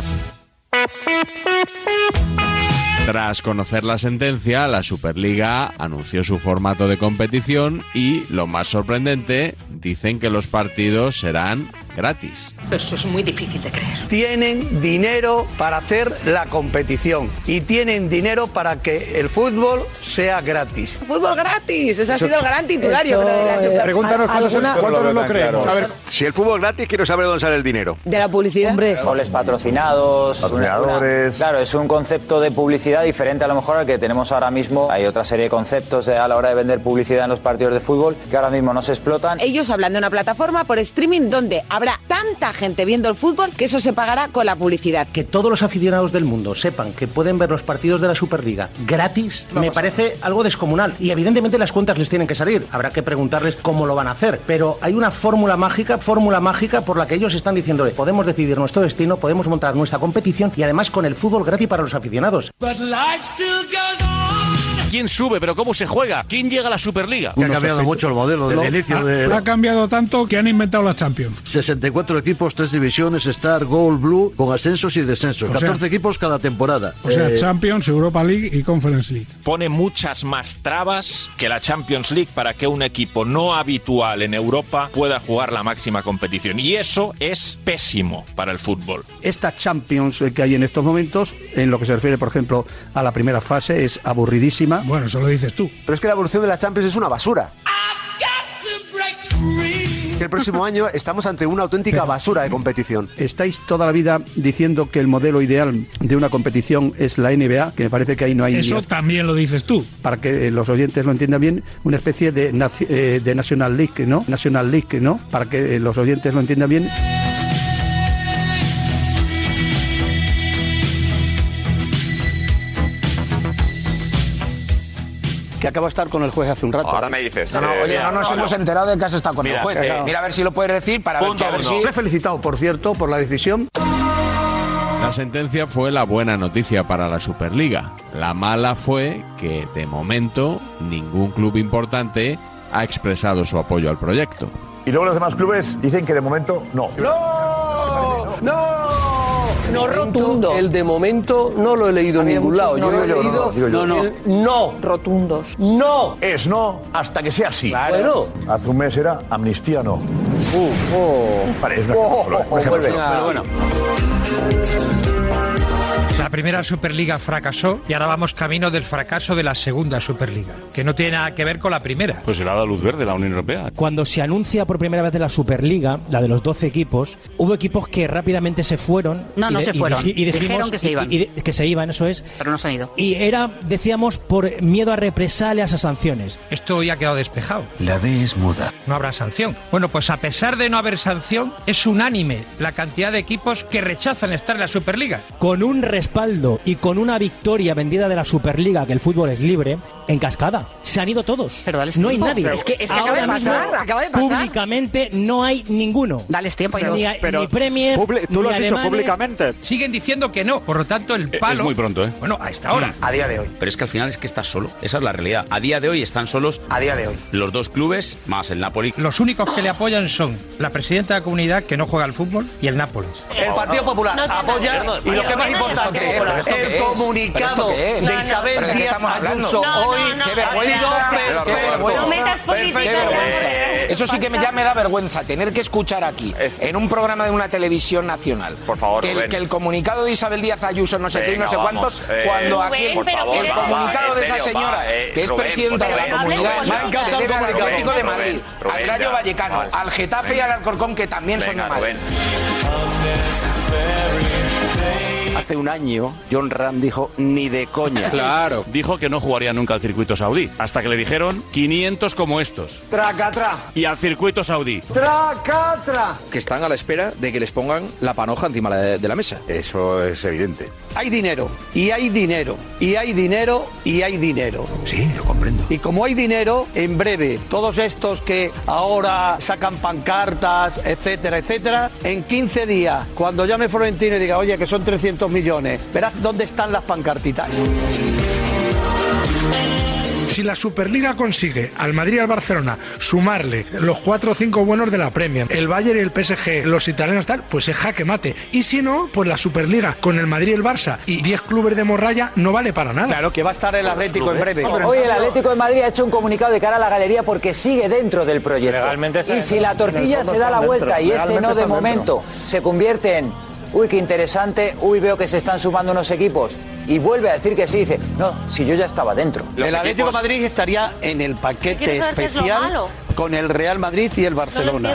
Speaker 2: Tras conocer la sentencia, la Superliga anunció su formato de competición y, lo más sorprendente, dicen que los partidos serán gratis.
Speaker 30: Eso es muy difícil de creer.
Speaker 9: Tienen dinero para hacer la competición y tienen dinero para que el fútbol sea gratis.
Speaker 22: Fútbol gratis, ese ha sido el gran titular, yo
Speaker 20: Eso
Speaker 22: creo, de la
Speaker 20: es.
Speaker 22: Super-
Speaker 20: Pregúntanos
Speaker 22: ¿Al-
Speaker 20: cuántos-
Speaker 22: alguna-
Speaker 20: cuántos no lo creemos. A ver,
Speaker 18: Si el fútbol gratis, quiero saber dónde sale el dinero.
Speaker 22: De la publicidad.
Speaker 31: Goles patrocinados. Patrocinadores. Claro, es un concepto de publicidad diferente a lo mejor al que tenemos ahora mismo. Hay otra serie de conceptos de- a la hora de vender publicidad en los partidos de fútbol que ahora mismo no se explotan.
Speaker 22: Ellos hablan de una plataforma por streaming donde habrá tanta gente viendo el fútbol que eso se pagará con la publicidad.
Speaker 28: Que todos los aficionados del mundo sepan que pueden ver los partidos de la Superliga gratis, me parece algo descomunal. Y evidentemente las cuentas les tienen que salir. Habrá que preguntarles cómo lo van a hacer. Pero hay una fórmula mágica, fórmula mágica por la que ellos están diciéndole, podemos decidir nuestro destino, podemos montar nuestra competición y además con el fútbol gratis para los aficionados.
Speaker 32: ¿Quién sube? ¿Pero cómo se juega? ¿Quién llega a la Superliga?
Speaker 33: Que ha cambiado mucho el modelo del
Speaker 34: Ah,
Speaker 33: inicio de...
Speaker 20: Ha cambiado tanto que han inventado las Champions.
Speaker 33: 64 equipos, 3 divisiones, Star, Gold, Blue, con ascensos y descensos.
Speaker 20: O sea-
Speaker 33: 14 equipos cada temporada.
Speaker 20: O sea,
Speaker 33: Eh,
Speaker 20: Champions, Europa League y Conference League.
Speaker 35: Pone muchas más trabas que la Champions League para que un equipo no habitual en Europa pueda jugar la máxima competición. Y eso es pésimo para el fútbol.
Speaker 9: Esta Champions que hay en estos momentos, en lo que se refiere, por ejemplo, a la primera fase, es aburridísima.
Speaker 20: Bueno, eso lo dices tú.
Speaker 27: Pero es que la evolución de la Champions es una basura. Que el próximo año estamos ante una auténtica basura de competición.
Speaker 9: Estáis toda la vida diciendo que el modelo ideal de una competición es la NBA, que me parece que ahí no hay...
Speaker 20: Eso
Speaker 9: ni-
Speaker 20: también lo dices tú.
Speaker 9: para que eh, los oyentes lo entiendan bien, una especie de, naci- eh, de National League, ¿no? National League, ¿no? Para que eh, los oyentes lo entiendan bien. Que acabo de estar con el juez hace un rato.
Speaker 18: Ahora me dices.
Speaker 9: No, no,
Speaker 18: Eh,
Speaker 9: oye,
Speaker 18: mira,
Speaker 9: no nos hemos enterado de que has estado
Speaker 18: con el Mira, juez. eh, mira a ver si
Speaker 9: lo puedes decir
Speaker 18: para ver Punto que- a ver uno. si-
Speaker 9: Le he felicitado, por cierto, por la decisión.
Speaker 2: La sentencia fue la buena noticia para la Superliga. La mala fue que, de momento, ningún club importante ha expresado su apoyo al proyecto.
Speaker 18: Y luego los demás clubes dicen que de momento no.
Speaker 34: ¡No! ¡No! No rotundo. El de momento no lo he leído en ningún lado. Yo he
Speaker 18: no, digo yo,
Speaker 34: leído
Speaker 18: no, digo yo.
Speaker 34: el no. Rotundos. No.
Speaker 18: Es no hasta que sea así.
Speaker 34: Claro.
Speaker 18: Hace un mes era amnistía no. Vale, es una
Speaker 34: Oh,
Speaker 18: solo,
Speaker 34: oh,
Speaker 18: un ejemplo
Speaker 34: vuelve.
Speaker 18: solo, pero bueno.
Speaker 36: La primera Superliga fracasó y ahora vamos camino del fracaso de la segunda Superliga, que no tiene nada que ver con la
Speaker 34: oh.
Speaker 36: primera.
Speaker 35: Pues se le ha dado luz verde la Unión Europea.
Speaker 37: Cuando se anuncia por primera vez de la Superliga, la de los 12 equipos, hubo equipos que rápidamente se fueron.
Speaker 12: No, no
Speaker 37: de-
Speaker 12: se fueron.
Speaker 37: deci- dijimos-
Speaker 12: Dijeron que se
Speaker 37: y-
Speaker 12: iban.
Speaker 37: y de- que se iban, eso es.
Speaker 12: Pero no se han ido.
Speaker 37: Y era, decíamos, por miedo a represalias, a sanciones.
Speaker 36: Esto ya ha quedado despejado.
Speaker 37: La D es muda.
Speaker 36: No habrá sanción. Bueno, pues a pesar de no haber sanción, es unánime la cantidad de equipos que rechazan estar en la Superliga.
Speaker 37: Con un respaldo y con una victoria vendida de la Superliga, que el fútbol es libre, en cascada. Se han ido todos. no hay
Speaker 12: tiempo.
Speaker 37: nadie.
Speaker 12: Es que- es que acaba
Speaker 37: Ahora
Speaker 12: de
Speaker 37: mismo,
Speaker 12: pasar, acaba de pasar.
Speaker 37: Públicamente no hay ninguno.
Speaker 12: Dales tiempo,
Speaker 37: O sea,
Speaker 12: hay
Speaker 37: ni,
Speaker 12: dos.
Speaker 37: a-
Speaker 12: Pero
Speaker 37: ni Premier, ni alemanes.
Speaker 36: Siguen diciendo que no. Por lo tanto, el palo.
Speaker 29: muy pronto, ¿eh?
Speaker 36: Bueno, a esta hora.
Speaker 29: A día de hoy. Pero es que al final es que estás solo. Esa es la realidad. A día de hoy están solos. A día de hoy. Los dos clubes más el Napoli.
Speaker 36: Los únicos que le apoyan son la presidenta de la comunidad que no juega al fútbol y el Nápoles.
Speaker 9: El Partido Popular apoya y lo que es más importante, el comunicado de Isabel Díaz Ayuso hoy
Speaker 18: qué vergüenza, qué vergüenza. Qué vergüenza.
Speaker 7: Eso sí que me- ya me da vergüenza tener que escuchar aquí, en un programa de una televisión nacional,
Speaker 18: Este. Por favor,
Speaker 7: que el,
Speaker 18: Rubén.
Speaker 7: que el comunicado de Isabel Díaz Ayuso, no sé qué y no
Speaker 18: Venga,
Speaker 7: sé cuántos,
Speaker 18: vamos, eh,
Speaker 7: cuando aquí
Speaker 18: Rubén,
Speaker 7: el,
Speaker 18: pero
Speaker 7: el
Speaker 18: que-
Speaker 7: comunicado
Speaker 18: va, va,
Speaker 7: de
Speaker 18: en
Speaker 7: esa
Speaker 18: señor,
Speaker 7: señora,
Speaker 18: va, eh,
Speaker 7: que es
Speaker 18: Rubén,
Speaker 7: presidenta
Speaker 18: por
Speaker 7: de la
Speaker 18: favor.
Speaker 7: comunidad,
Speaker 18: Rubén, Rubén,
Speaker 7: se debe al
Speaker 18: Rubén,
Speaker 7: Atlético de
Speaker 18: Rubén,
Speaker 7: Madrid,
Speaker 18: Rubén,
Speaker 7: al Rayo
Speaker 18: ya.
Speaker 7: Vallecano,
Speaker 18: Vale.
Speaker 7: al Getafe y
Speaker 18: Venga.
Speaker 7: al Alcorcón, que también son
Speaker 18: Venga,
Speaker 7: de Madrid.
Speaker 18: Rubén.
Speaker 29: Hace un año, John Ram dijo, ni de
Speaker 18: [LAUGHS]
Speaker 29: coña.
Speaker 38: Claro. Dijo que no jugaría nunca al circuito saudí. Hasta que le dijeron 500 como estos.
Speaker 39: Tracatra,
Speaker 38: Y al circuito saudí.
Speaker 39: tracatra.
Speaker 7: que están a la espera de que les pongan la panoja encima de, de la mesa. Eso es evidente.
Speaker 9: Hay dinero, y hay dinero, y hay dinero, y hay dinero. Sí, lo comprendo. Y como hay dinero, en breve, todos estos que ahora sacan pancartas, etcétera, etcétera, en 15 días, cuando llame Florentino y diga, oye, que son 300 millones, verás dónde están las pancartitas.
Speaker 19: Si la Superliga consigue al Madrid y al Barcelona sumarle los cuatro o cinco buenos de la Premier, el Bayern y el PSG, los italianos tal, pues es jaque mate. Y si no, pues la Superliga con el Madrid y el Barça y 10 clubes de morralla no vale para nada. Claro
Speaker 9: que va a estar el Atlético
Speaker 31: Hoy el Atlético de Madrid ha hecho un comunicado de cara a la galería porque sigue dentro del proyecto.
Speaker 37: está
Speaker 31: y
Speaker 37: dentro.
Speaker 31: si la tortilla
Speaker 37: Nosotros
Speaker 31: se da la
Speaker 37: estamos
Speaker 31: vuelta
Speaker 37: dentro.
Speaker 31: y ese
Speaker 37: Legalmente
Speaker 31: no de
Speaker 37: estamos dentro.
Speaker 31: momento se convierte en, uy, qué interesante, uy, veo que se están sumando unos equipos, y vuelve a decir que sí, dice, no, si yo ya estaba dentro.
Speaker 9: el Atlético de Madrid estaría en el paquete
Speaker 31: ¿Quieres saber qué es lo
Speaker 9: especial
Speaker 31: malo?
Speaker 9: con el Real Madrid y el Barcelona.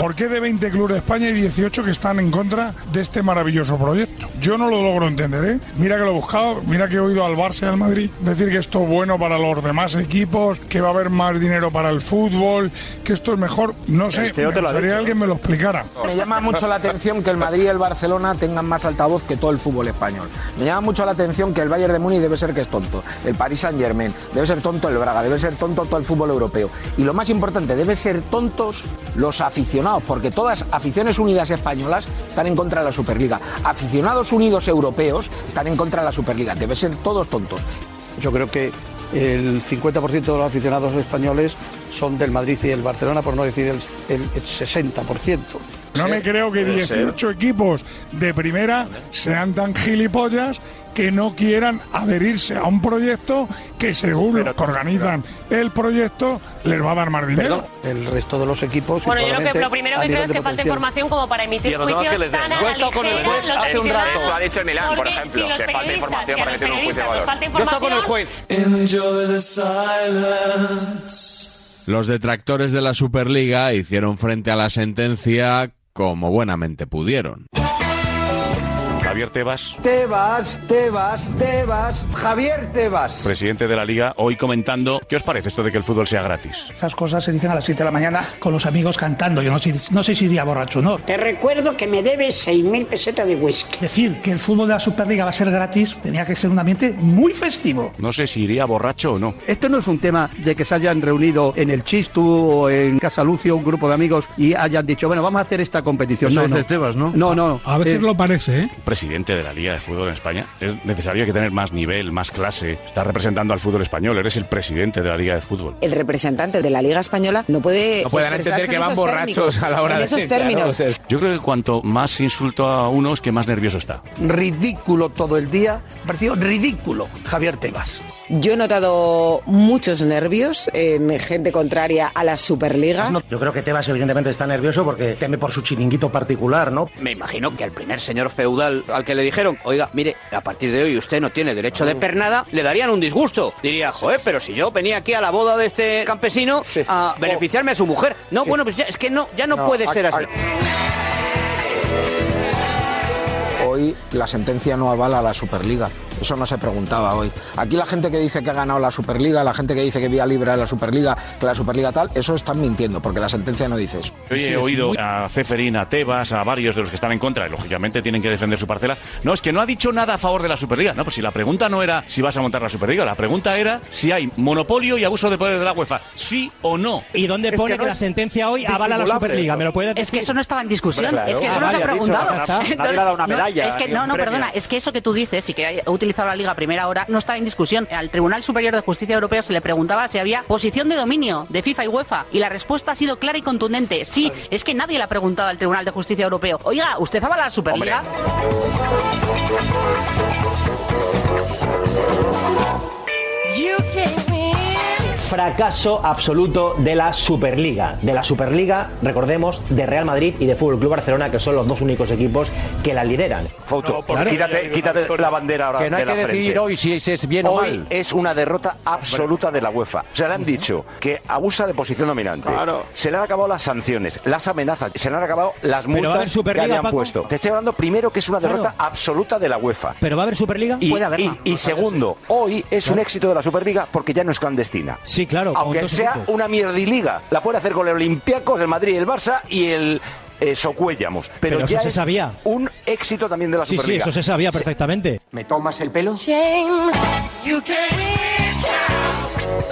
Speaker 20: ¿Por qué de 20 clubes de España hay 18 que están en contra de este maravilloso proyecto? Yo no lo logro entender, ¿eh? Mira que lo he buscado, mira que he oído al Barça y al Madrid decir que esto es bueno para los demás equipos, que va a haber más dinero para el fútbol, que esto es mejor. No sé,
Speaker 7: El CEO
Speaker 20: me
Speaker 7: te lo ha
Speaker 20: gustaría
Speaker 7: dicho.
Speaker 20: que alguien me lo explicara.
Speaker 7: Me llama mucho la atención que el Madrid y el Barcelona tengan más altavoz que todo el fútbol español. Me llama mucho la atención que el Bayern de Múnich debe ser que es tonto, el Paris Saint-Germain, debe ser tonto el Braga, debe ser tonto todo el fútbol europeo. Y lo más importante, debe ser tontos los aficionados, porque todas aficiones unidas españolas están en contra de la Superliga. Aficionados unidos europeos están en contra de la Superliga. Debe ser todos tontos.
Speaker 9: Yo creo que el 50% de los aficionados españoles son del Madrid y del Barcelona, por no decir el, el 60%.
Speaker 20: No me creo que 18 equipos de primera sean tan gilipollas que no quieran adherirse a un proyecto que según los que organizan el proyecto les va a dar más dinero.
Speaker 9: El resto de los equipos.
Speaker 5: Bueno, yo lo, que,
Speaker 9: probablemente,
Speaker 5: lo primero
Speaker 9: a
Speaker 5: que creo
Speaker 9: nivel
Speaker 5: es
Speaker 9: de
Speaker 5: que falta
Speaker 9: potencial.
Speaker 5: información como para emitir juicios tan a la
Speaker 9: Yo he estado con el
Speaker 5: ligera,
Speaker 9: juez
Speaker 5: los
Speaker 9: hace un rato.
Speaker 5: aficionados,
Speaker 9: Eso ha dicho en Milán, por
Speaker 5: porque
Speaker 9: ejemplo,
Speaker 5: si los
Speaker 9: que falta
Speaker 5: periodistas
Speaker 9: información
Speaker 5: y a
Speaker 9: para
Speaker 5: los
Speaker 9: emitir un juicio de
Speaker 5: periodistas nos
Speaker 9: valor.
Speaker 5: falta
Speaker 9: Yo he estado con el
Speaker 5: información, Enjoy the silence.
Speaker 2: Los detractores de la Superliga hicieron frente a la sentencia como buenamente pudieron.
Speaker 18: Javier Tebas,
Speaker 39: Te vas, te vas, te vas. Javier, te vas.
Speaker 18: presidente de la liga, hoy comentando, ¿qué os parece esto de que el fútbol sea gratis?
Speaker 40: Esas cosas se dicen a las 7 de la mañana con los amigos cantando. Yo no sé, no sé si iría borracho o no.
Speaker 13: Te recuerdo que me debes 6.000 pesetas de whisky.
Speaker 40: Decir que el fútbol de la Superliga va a ser gratis tenía que ser un ambiente muy festivo.
Speaker 18: No sé si iría borracho o no.
Speaker 9: Esto no es un tema de que se hayan reunido en el Chistu o en Casa Lucio un grupo de amigos y hayan dicho, bueno, vamos a hacer esta competición.
Speaker 18: Eso
Speaker 9: No,
Speaker 18: dice
Speaker 9: no.
Speaker 18: Tebas, ¿no?
Speaker 9: No, no.
Speaker 19: A veces
Speaker 9: Eh,
Speaker 19: lo parece, ¿eh?
Speaker 18: Presidente de la Liga de Fútbol en España, es necesario que tener más nivel, más clase. Estás representando al fútbol español, eres el presidente de la Liga de Fútbol.
Speaker 22: El representante de la Liga Española no puede.
Speaker 18: No pueden
Speaker 22: expresarse
Speaker 18: entender que
Speaker 22: en
Speaker 18: van
Speaker 22: esos
Speaker 18: borrachos
Speaker 22: términos,
Speaker 18: a la hora
Speaker 22: en
Speaker 18: de-
Speaker 22: esos
Speaker 18: claro,
Speaker 22: términos.
Speaker 18: Yo creo que cuanto más insulto a uno es que más nervioso está.
Speaker 9: Ridículo todo el día. Me pareció ridículo Javier Tebas.
Speaker 22: Yo he notado muchos nervios en gente contraria a la
Speaker 29: Ah.
Speaker 22: Superliga.
Speaker 41: Yo creo que Tebas evidentemente está nervioso porque teme por su chiringuito particular, ¿no?
Speaker 13: Me imagino que al primer señor feudal al que le dijeron, oiga, mire, a partir de hoy usted no tiene derecho de pernada, le darían un disgusto. Diría, joder, pero si yo venía aquí a la boda de este campesino a beneficiarme a su mujer. No,
Speaker 40: Sí.
Speaker 13: bueno, pues ya- es que no, ya no,
Speaker 40: No,
Speaker 13: puede
Speaker 40: a-
Speaker 13: ser así.
Speaker 29: Hoy la sentencia no avala a la Superliga. Eso no se preguntaba hoy. Aquí la gente que dice que ha ganado la Superliga, la gente que dice que Vía Libre es la Superliga, que la Superliga tal, eso están mintiendo, porque la sentencia no dice eso.
Speaker 18: Yo he oído a Ceferín, a Tebas, a varios de los que están en contra, y lógicamente tienen que defender su parcela. No, es que no ha dicho nada a favor de la Superliga. No, pues si la pregunta no era si vas a montar la Superliga, la pregunta era si hay monopolio y abuso de poder de la UEFA, sí o no.
Speaker 12: ¿Y dónde pone que, la sentencia hoy avala la
Speaker 18: disimulable
Speaker 12: Superliga?
Speaker 18: eso.
Speaker 12: ¿Me lo puedes decir?
Speaker 42: Es que eso no estaba en discusión,
Speaker 12: Hombre, claro.
Speaker 42: es que eso
Speaker 12: Ah,
Speaker 42: no se
Speaker 12: vale,
Speaker 42: ha
Speaker 12: ha dicho,
Speaker 42: preguntado.
Speaker 12: ya está. Nadie le ha dado una
Speaker 42: no,
Speaker 12: medalla,
Speaker 42: es que,
Speaker 12: ni
Speaker 42: no,
Speaker 12: un
Speaker 42: no,
Speaker 12: premio.
Speaker 42: perdona, es que eso que tú dices y que ha utilizado la Liga a primera hora no estaba en discusión. Al Tribunal Superior de Justicia Europeo se le preguntaba si había posición de dominio de FIFA y UEFA y la respuesta ha sido clara y contundente. Sí, es que nadie le ha preguntado al Tribunal de Justicia Europeo, oiga, ¿usted avala la Superliga?
Speaker 28: You came in
Speaker 3: fracaso absoluto de la Superliga. De la Superliga, recordemos, de Real Madrid y de Fútbol Club Barcelona, que son los dos únicos equipos que la lideran.
Speaker 29: Fouto, quítate, quítate la bandera ahora
Speaker 3: Que no hay
Speaker 29: de la
Speaker 3: que decidir
Speaker 29: frente.
Speaker 3: hoy si es bien o
Speaker 29: Hoy
Speaker 3: mal.
Speaker 29: es una derrota absoluta de la UEFA. O sea, le han dicho que abusa de posición dominante. Se le han acabado las sanciones, las amenazas, se le han acabado
Speaker 37: Pero va a
Speaker 29: las
Speaker 37: haber
Speaker 29: multas que
Speaker 37: Superliga,
Speaker 29: habían
Speaker 37: Paco.
Speaker 29: puesto. Te estoy hablando primero que es una derrota absoluta de la UEFA.
Speaker 37: ¿Pero va a haber Superliga?
Speaker 29: Y, y- y segundo, hoy es un éxito de la Superliga porque ya no es clandestina.
Speaker 37: Sí, claro. con
Speaker 29: Aunque
Speaker 37: dos
Speaker 29: sea
Speaker 37: equipos.
Speaker 29: una mierdiliga, la puede hacer con el Olympiacos, el Madrid, el Barça y el eh, Socuellamos. Pero,
Speaker 37: Pero eso
Speaker 29: ya
Speaker 37: se
Speaker 29: es
Speaker 37: sabía.
Speaker 29: un éxito también de la
Speaker 37: Sí, sí,
Speaker 29: Superliga.
Speaker 37: eso se sabía perfectamente.
Speaker 29: ¿Me tomas el pelo?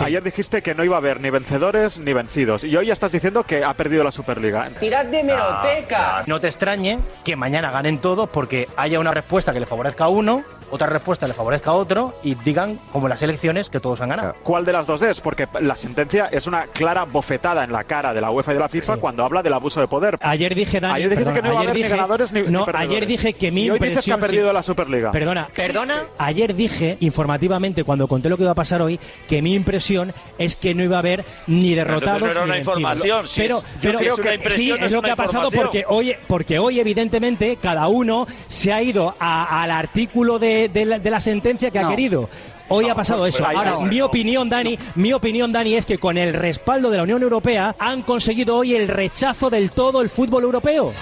Speaker 4: Ayer dijiste que no iba a haber ni vencedores ni vencidos. Y hoy ya estás diciendo que ha perdido la Superliga. ¿eh? Ah.
Speaker 3: ¡Tirad de
Speaker 29: Ah,
Speaker 4: hemeroteca.
Speaker 22: No te extrañe que mañana ganen todos porque haya una respuesta que le favorezca a uno, otra respuesta le favorezca a otro y digan, como en las elecciones, que todos han ganado.
Speaker 4: ¿Cuál de las dos es? Porque la sentencia es una clara bofetada en la cara de la UEFA y de la FIFA cuando habla del abuso de poder.
Speaker 37: Ayer dije, Dani,
Speaker 4: Ayer dijiste
Speaker 37: perdona,
Speaker 4: que no iba a
Speaker 37: ayer
Speaker 4: haber ni
Speaker 37: dije-
Speaker 4: ganadores ni, ni
Speaker 37: no,
Speaker 4: perdedores.
Speaker 37: ayer dije que mi
Speaker 4: y hoy dices que ha
Speaker 37: impresión sí-
Speaker 4: perdido la Superliga.
Speaker 37: Perdona.
Speaker 3: ¿Perdona?
Speaker 37: Ayer dije, informativamente, cuando conté lo que iba a pasar hoy, que mi impresión es que no iba a haber ni derrotados
Speaker 18: Pero entonces no era
Speaker 37: ni
Speaker 18: una
Speaker 37: vencidos.
Speaker 18: información, si
Speaker 37: pero,
Speaker 18: es- yo
Speaker 37: pero
Speaker 18: si es una
Speaker 37: sí,
Speaker 18: impresión,
Speaker 37: es
Speaker 18: es
Speaker 37: lo
Speaker 18: una
Speaker 37: que ha pasado
Speaker 18: información.
Speaker 37: porque hoy, porque hoy, evidentemente, cada uno se ha ido a- al artículo de, de la, de la sentencia que
Speaker 3: No.
Speaker 37: ha querido. Hoy ha pasado
Speaker 18: pues
Speaker 37: eso.
Speaker 3: ahí
Speaker 37: Ahora,
Speaker 3: no,
Speaker 37: mi opinión, Dani, mi opinión, Dani, es que con el respaldo de la Unión Europea han conseguido hoy el rechazo del todo el fútbol europeo.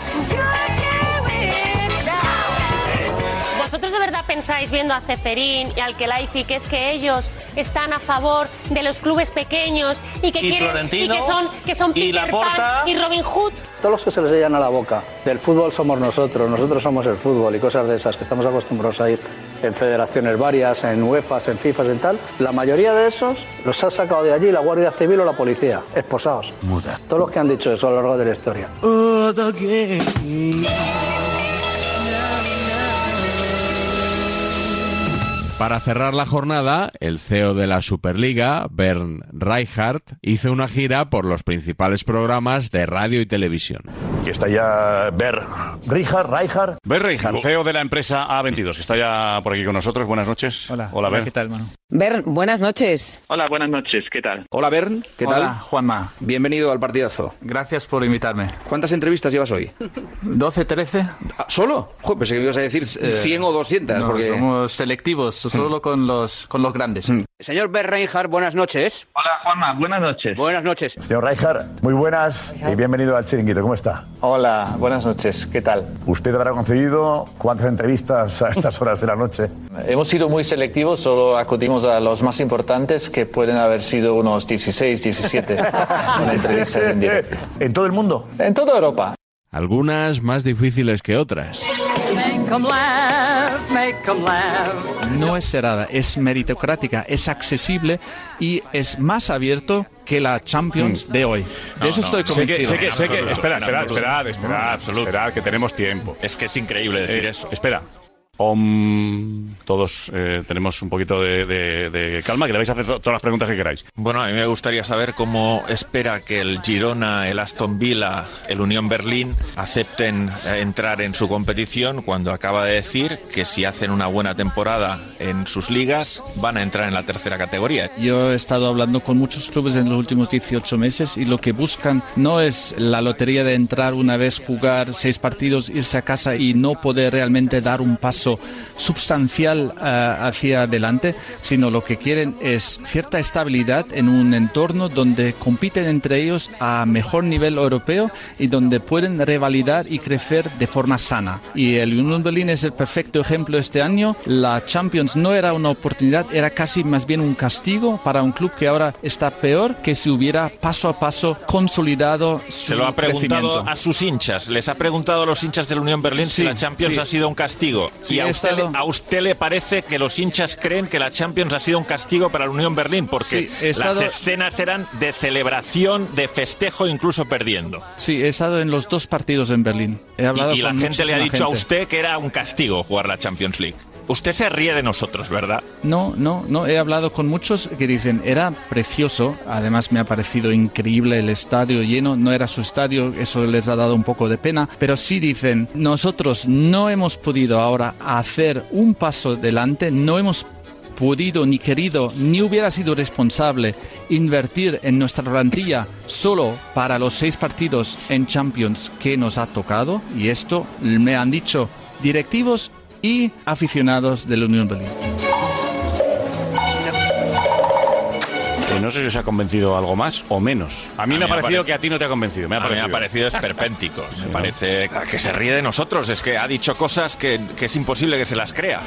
Speaker 5: ¿Vosotros de verdad pensáis, viendo a Ceferín y al Kelaifi, que es que ellos están a favor de los clubes pequeños y que
Speaker 3: Y
Speaker 5: quieren
Speaker 3: Florentino,
Speaker 5: y que son, que son
Speaker 3: y
Speaker 5: Peter
Speaker 3: Laporta.
Speaker 5: Pan y Robin Hood?
Speaker 3: Todos los que se les llenan a la boca, del fútbol somos nosotros, nosotros somos el fútbol y cosas de esas que estamos acostumbrados a ir en federaciones varias, en UEFA, en FIFA, en tal, la mayoría de esos los ha sacado de allí la Guardia Civil o la policía, esposados. Muda. Todos los que han dicho eso a lo largo de la historia.
Speaker 5: Oh,
Speaker 2: Para cerrar la jornada, el CEO de la Superliga, Bern Reichardt, hizo una gira por los principales programas de radio y televisión.
Speaker 18: Que está ya Ber. Richard, Reichard. Ber Reichard, CEO de la empresa A22, que está ya por aquí con nosotros. Buenas noches. Hola. Hola, Ber.
Speaker 11: tal, mano?
Speaker 8: Bern, buenas noches.
Speaker 11: Hola, buenas noches, ¿qué tal?
Speaker 12: Hola, Bern, ¿qué
Speaker 11: Hola,
Speaker 12: tal? Juanma. Bienvenido al partidazo.
Speaker 11: Gracias por invitarme.
Speaker 12: ¿Cuántas entrevistas llevas hoy?
Speaker 11: 12, 13.
Speaker 12: ¿Solo? Joder, pensé que me ibas a decir 100 o 200.
Speaker 11: Eh, no,
Speaker 12: porque... Mm.
Speaker 11: Somos selectivos, solo con los, con los grandes.
Speaker 43: Señor Berreinhardt, buenas noches.
Speaker 11: Hola, Juanma, buenas noches.
Speaker 43: Buenas noches.
Speaker 44: Señor Reijar, muy buenas y bienvenido al Chiringuito. ¿Cómo está? Hola, buenas noches. ¿Qué tal? ¿Usted habrá concedido cuántas entrevistas a estas horas de la noche?
Speaker 11: Hemos sido muy selectivos, solo acudimos a los más importantes, que pueden haber sido unos 16,
Speaker 12: [LAUGHS]
Speaker 11: 17 entrevistas en directo.
Speaker 44: ¿En todo el mundo?
Speaker 11: En toda Europa.
Speaker 2: Algunas más difíciles que otras.
Speaker 44: Make 'em laugh, make 'em laugh.
Speaker 11: No es cerrada, es meritocrática, es accesible y es más abierto que la Champions de hoy. De eso estoy
Speaker 45: Mm. Sé
Speaker 11: convencido.
Speaker 45: que, sé que, sé que- espera, espera, esperad, esperad, esperad, que tenemos tiempo. Es que es increíble decir
Speaker 18: Eh,
Speaker 45: eso. Espera.
Speaker 18: Om, todos eh, tenemos un poquito de, de- de calma, que le vais a hacer to- todas las preguntas que queráis.
Speaker 35: Bueno, a mí me gustaría saber cómo espera que el Girona, el Aston Villa, el Unión Berlín acepten eh, entrar en su competición cuando acaba de decir que si hacen una buena temporada en sus ligas van a entrar en la tercera categoría.
Speaker 11: Yo he estado hablando con muchos clubes en los últimos 18 meses y lo que buscan no es la lotería de entrar una vez, jugar seis partidos, irse a casa y no poder realmente dar un paso sustancial ah, hacia adelante, sino lo que quieren es cierta estabilidad en un entorno donde compiten entre ellos a mejor nivel europeo y donde pueden revalidar y crecer de forma sana. Y el Union Berlin es el perfecto ejemplo este año. La Champions no era una oportunidad, era casi más bien un castigo para un club que ahora está peor que si hubiera paso a paso consolidado su
Speaker 35: Se lo ha preguntado
Speaker 11: Mm, crecimiento.
Speaker 35: a sus hinchas, les ha preguntado a los hinchas del Unión Berlín si
Speaker 11: Sí,
Speaker 35: la Champions
Speaker 11: sí.
Speaker 35: ha sido un castigo.
Speaker 11: Sí,
Speaker 35: y a
Speaker 11: he
Speaker 35: usted, le-
Speaker 11: estado-
Speaker 35: a usted le parece que los hinchas creen que la Champions ha sido un castigo para el Unión Berlín, porque
Speaker 11: Sí, he estado-
Speaker 35: las escenas eran de celebración, de festejo, incluso perdiendo.
Speaker 11: Sí, he estado en los dos partidos en Berlín. He hablado
Speaker 35: Y, y la
Speaker 11: con
Speaker 35: gente le ha
Speaker 11: muchísima
Speaker 35: dicho a
Speaker 11: gente.
Speaker 35: usted que era un castigo jugar la Champions League. Usted se ríe de nosotros, ¿verdad?
Speaker 11: No, no, no. He hablado con muchos que dicen, era precioso. Además, me ha parecido increíble el estadio lleno. No era su estadio, eso les ha dado un poco de pena. Pero sí dicen, nosotros no hemos podido ahora hacer un paso adelante, no hemos podido ni querido ni hubiera sido responsable invertir en nuestra plantilla solo para los seis partidos en Champions que nos ha tocado y esto me han dicho directivos y aficionados de la Unión Berlín.
Speaker 18: Eh, no sé si os ha convencido algo más o menos. A mí me ha parecido que a ti no te ha convencido. Me ha
Speaker 35: A mí me
Speaker 18: parecido. [LAUGHS]
Speaker 35: ha parecido esperpéntico. Me parece que se ríe de nosotros. Es que ha dicho cosas que, que es imposible que se las crea.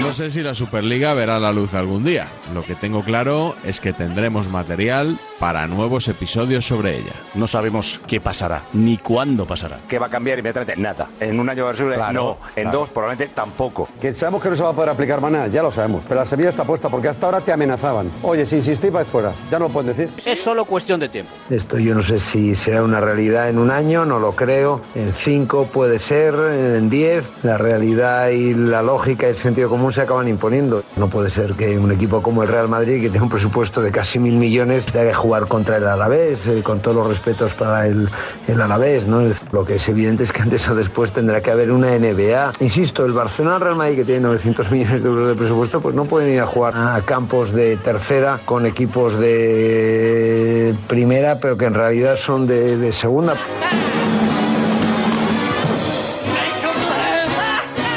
Speaker 2: No sé si la Superliga verá la luz algún día. Lo que tengo claro es que tendremos material para nuevos episodios sobre ella.
Speaker 18: No sabemos qué pasará, ni cuándo pasará.
Speaker 29: ¿Qué va a cambiar inmediatamente? Nada. En un año va a subir,
Speaker 9: Claro,
Speaker 29: no. En
Speaker 9: claro.
Speaker 29: dos probablemente tampoco.
Speaker 9: Que sabemos que no se va a poder aplicar maná, ya lo sabemos. Pero la semilla está puesta porque hasta ahora te amenazaban. Oye, si insistís, vais fuera. Ya no lo pueden decir.
Speaker 46: Es solo cuestión de tiempo.
Speaker 9: Esto yo no sé si será una realidad en un año, no lo creo. En cinco puede ser, en diez. La realidad y la lógica y el sentido común se acaban imponiendo. No puede ser que un equipo como el Real Madrid, que tiene un presupuesto de casi mil millones, tenga que jugar contra el Alavés, eh, con todos los respetos para el, el Alavés. ¿no? Es- Lo que es evidente es que antes o después tendrá que haber una NBA. Insisto, el Barcelona Real Madrid, que tiene 900 millones de euros de presupuesto, pues no pueden ir a jugar a campos de tercera con equipos de primera, pero que en realidad son de, de segunda.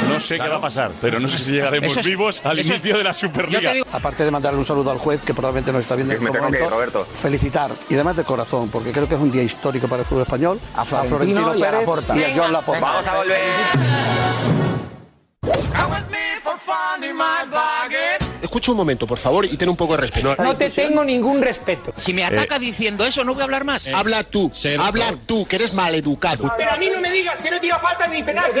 Speaker 18: No sé qué va a pasar, pero no sé si llegaremos
Speaker 31: Eso es-
Speaker 18: vivos al
Speaker 31: eso es-
Speaker 18: inicio de la Superliga.
Speaker 31: Aparte de mandarle un saludo al juez, que probablemente nos está viendo en
Speaker 29: Me
Speaker 31: este
Speaker 29: tengo que ir,
Speaker 31: momento,
Speaker 29: Roberto.
Speaker 31: felicitar, y además de corazón, porque creo que es un día histórico para el fútbol español, a
Speaker 29: Florentino
Speaker 31: Florentino,
Speaker 29: y a
Speaker 31: Pérez
Speaker 29: Laporta.
Speaker 31: y a John Laporta.
Speaker 29: Vamos a volver.
Speaker 37: Escucha un momento, por favor, y ten un poco de respeto.
Speaker 13: No te tengo ningún respeto. Si me
Speaker 37: ataca
Speaker 13: diciendo eso, no voy a hablar más.
Speaker 37: Habla tú, habla tú, que eres maleducado.
Speaker 13: Pero a mí no me digas que no tira falta ni penal.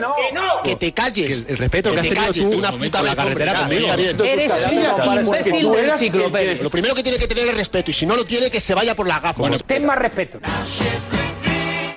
Speaker 13: no. Que no.
Speaker 37: Que te calles. El respeto que, has tenido tú una puta la carretera conmigo.
Speaker 13: Eres un imbécil del ciclo, Pérez.
Speaker 37: Lo primero que tiene que tener es respeto, y si no lo tiene, que se vaya por las gafas.
Speaker 13: ten más respeto.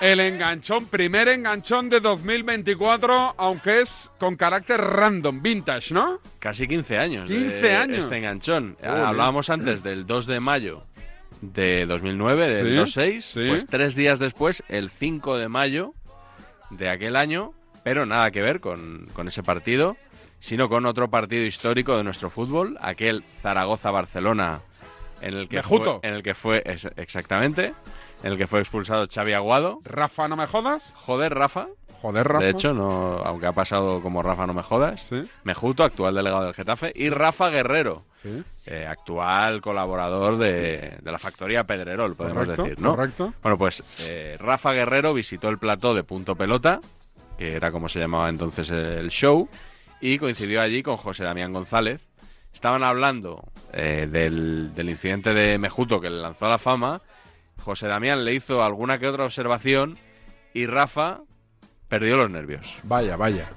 Speaker 1: El enganchón, primer enganchón de 2024, aunque es con carácter random, vintage, ¿no?
Speaker 2: Casi 15 años.
Speaker 1: 15
Speaker 2: de
Speaker 1: años.
Speaker 2: Este enganchón.
Speaker 1: Joder.
Speaker 2: Hablábamos antes del 2 de mayo de 2009, del
Speaker 1: Sí,
Speaker 2: 2-6.
Speaker 1: sí.
Speaker 2: Pues tres días después, el 5 de mayo de aquel año, pero nada que ver con, con ese partido, sino con otro partido histórico de nuestro fútbol, aquel Zaragoza-Barcelona, en el que
Speaker 1: De
Speaker 2: fue,
Speaker 1: Juto.
Speaker 2: en el que fue es- exactamente, en el que fue expulsado Xavi Aguado.
Speaker 1: Rafa, no me jodas.
Speaker 2: Joder, Rafa.
Speaker 1: Joder, Rafa.
Speaker 2: De hecho, no, aunque ha pasado como Rafa no me jodas,
Speaker 1: Sí.
Speaker 2: Mejuto, actual delegado del Getafe, y Rafa Guerrero,
Speaker 1: Sí.
Speaker 2: eh, actual colaborador de, de la factoría Pedrerol, podemos
Speaker 1: Correcto,
Speaker 2: decir, ¿no?
Speaker 1: correcto.
Speaker 2: Bueno, pues eh, Rafa Guerrero visitó el plató de Punto Pelota, que era como se llamaba entonces el show, y coincidió allí con José Damián González. Estaban hablando eh, del, del incidente de Mejuto que le lanzó a la fama. José Damián le hizo alguna que otra observación y Rafa perdió los nervios.
Speaker 1: Vaya, vaya.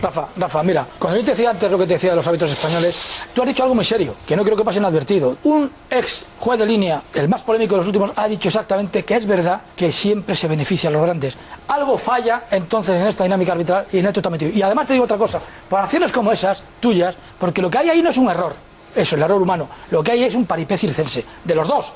Speaker 19: Rafa, Rafa, mira, cuando yo te decía antes lo que te decía de los hábitos españoles, tú has dicho algo muy serio, que no creo que pase inadvertido. Un ex juez de línea, el más polémico de los últimos, ha dicho exactamente que es verdad que siempre se beneficia a los grandes. Algo falla entonces en esta dinámica arbitral y en esto está metido. Y además te digo otra cosa, para acciones como esas, tuyas, porque lo que hay ahí no es un error, eso, el error humano, lo que hay es un paripé circense, de los dos.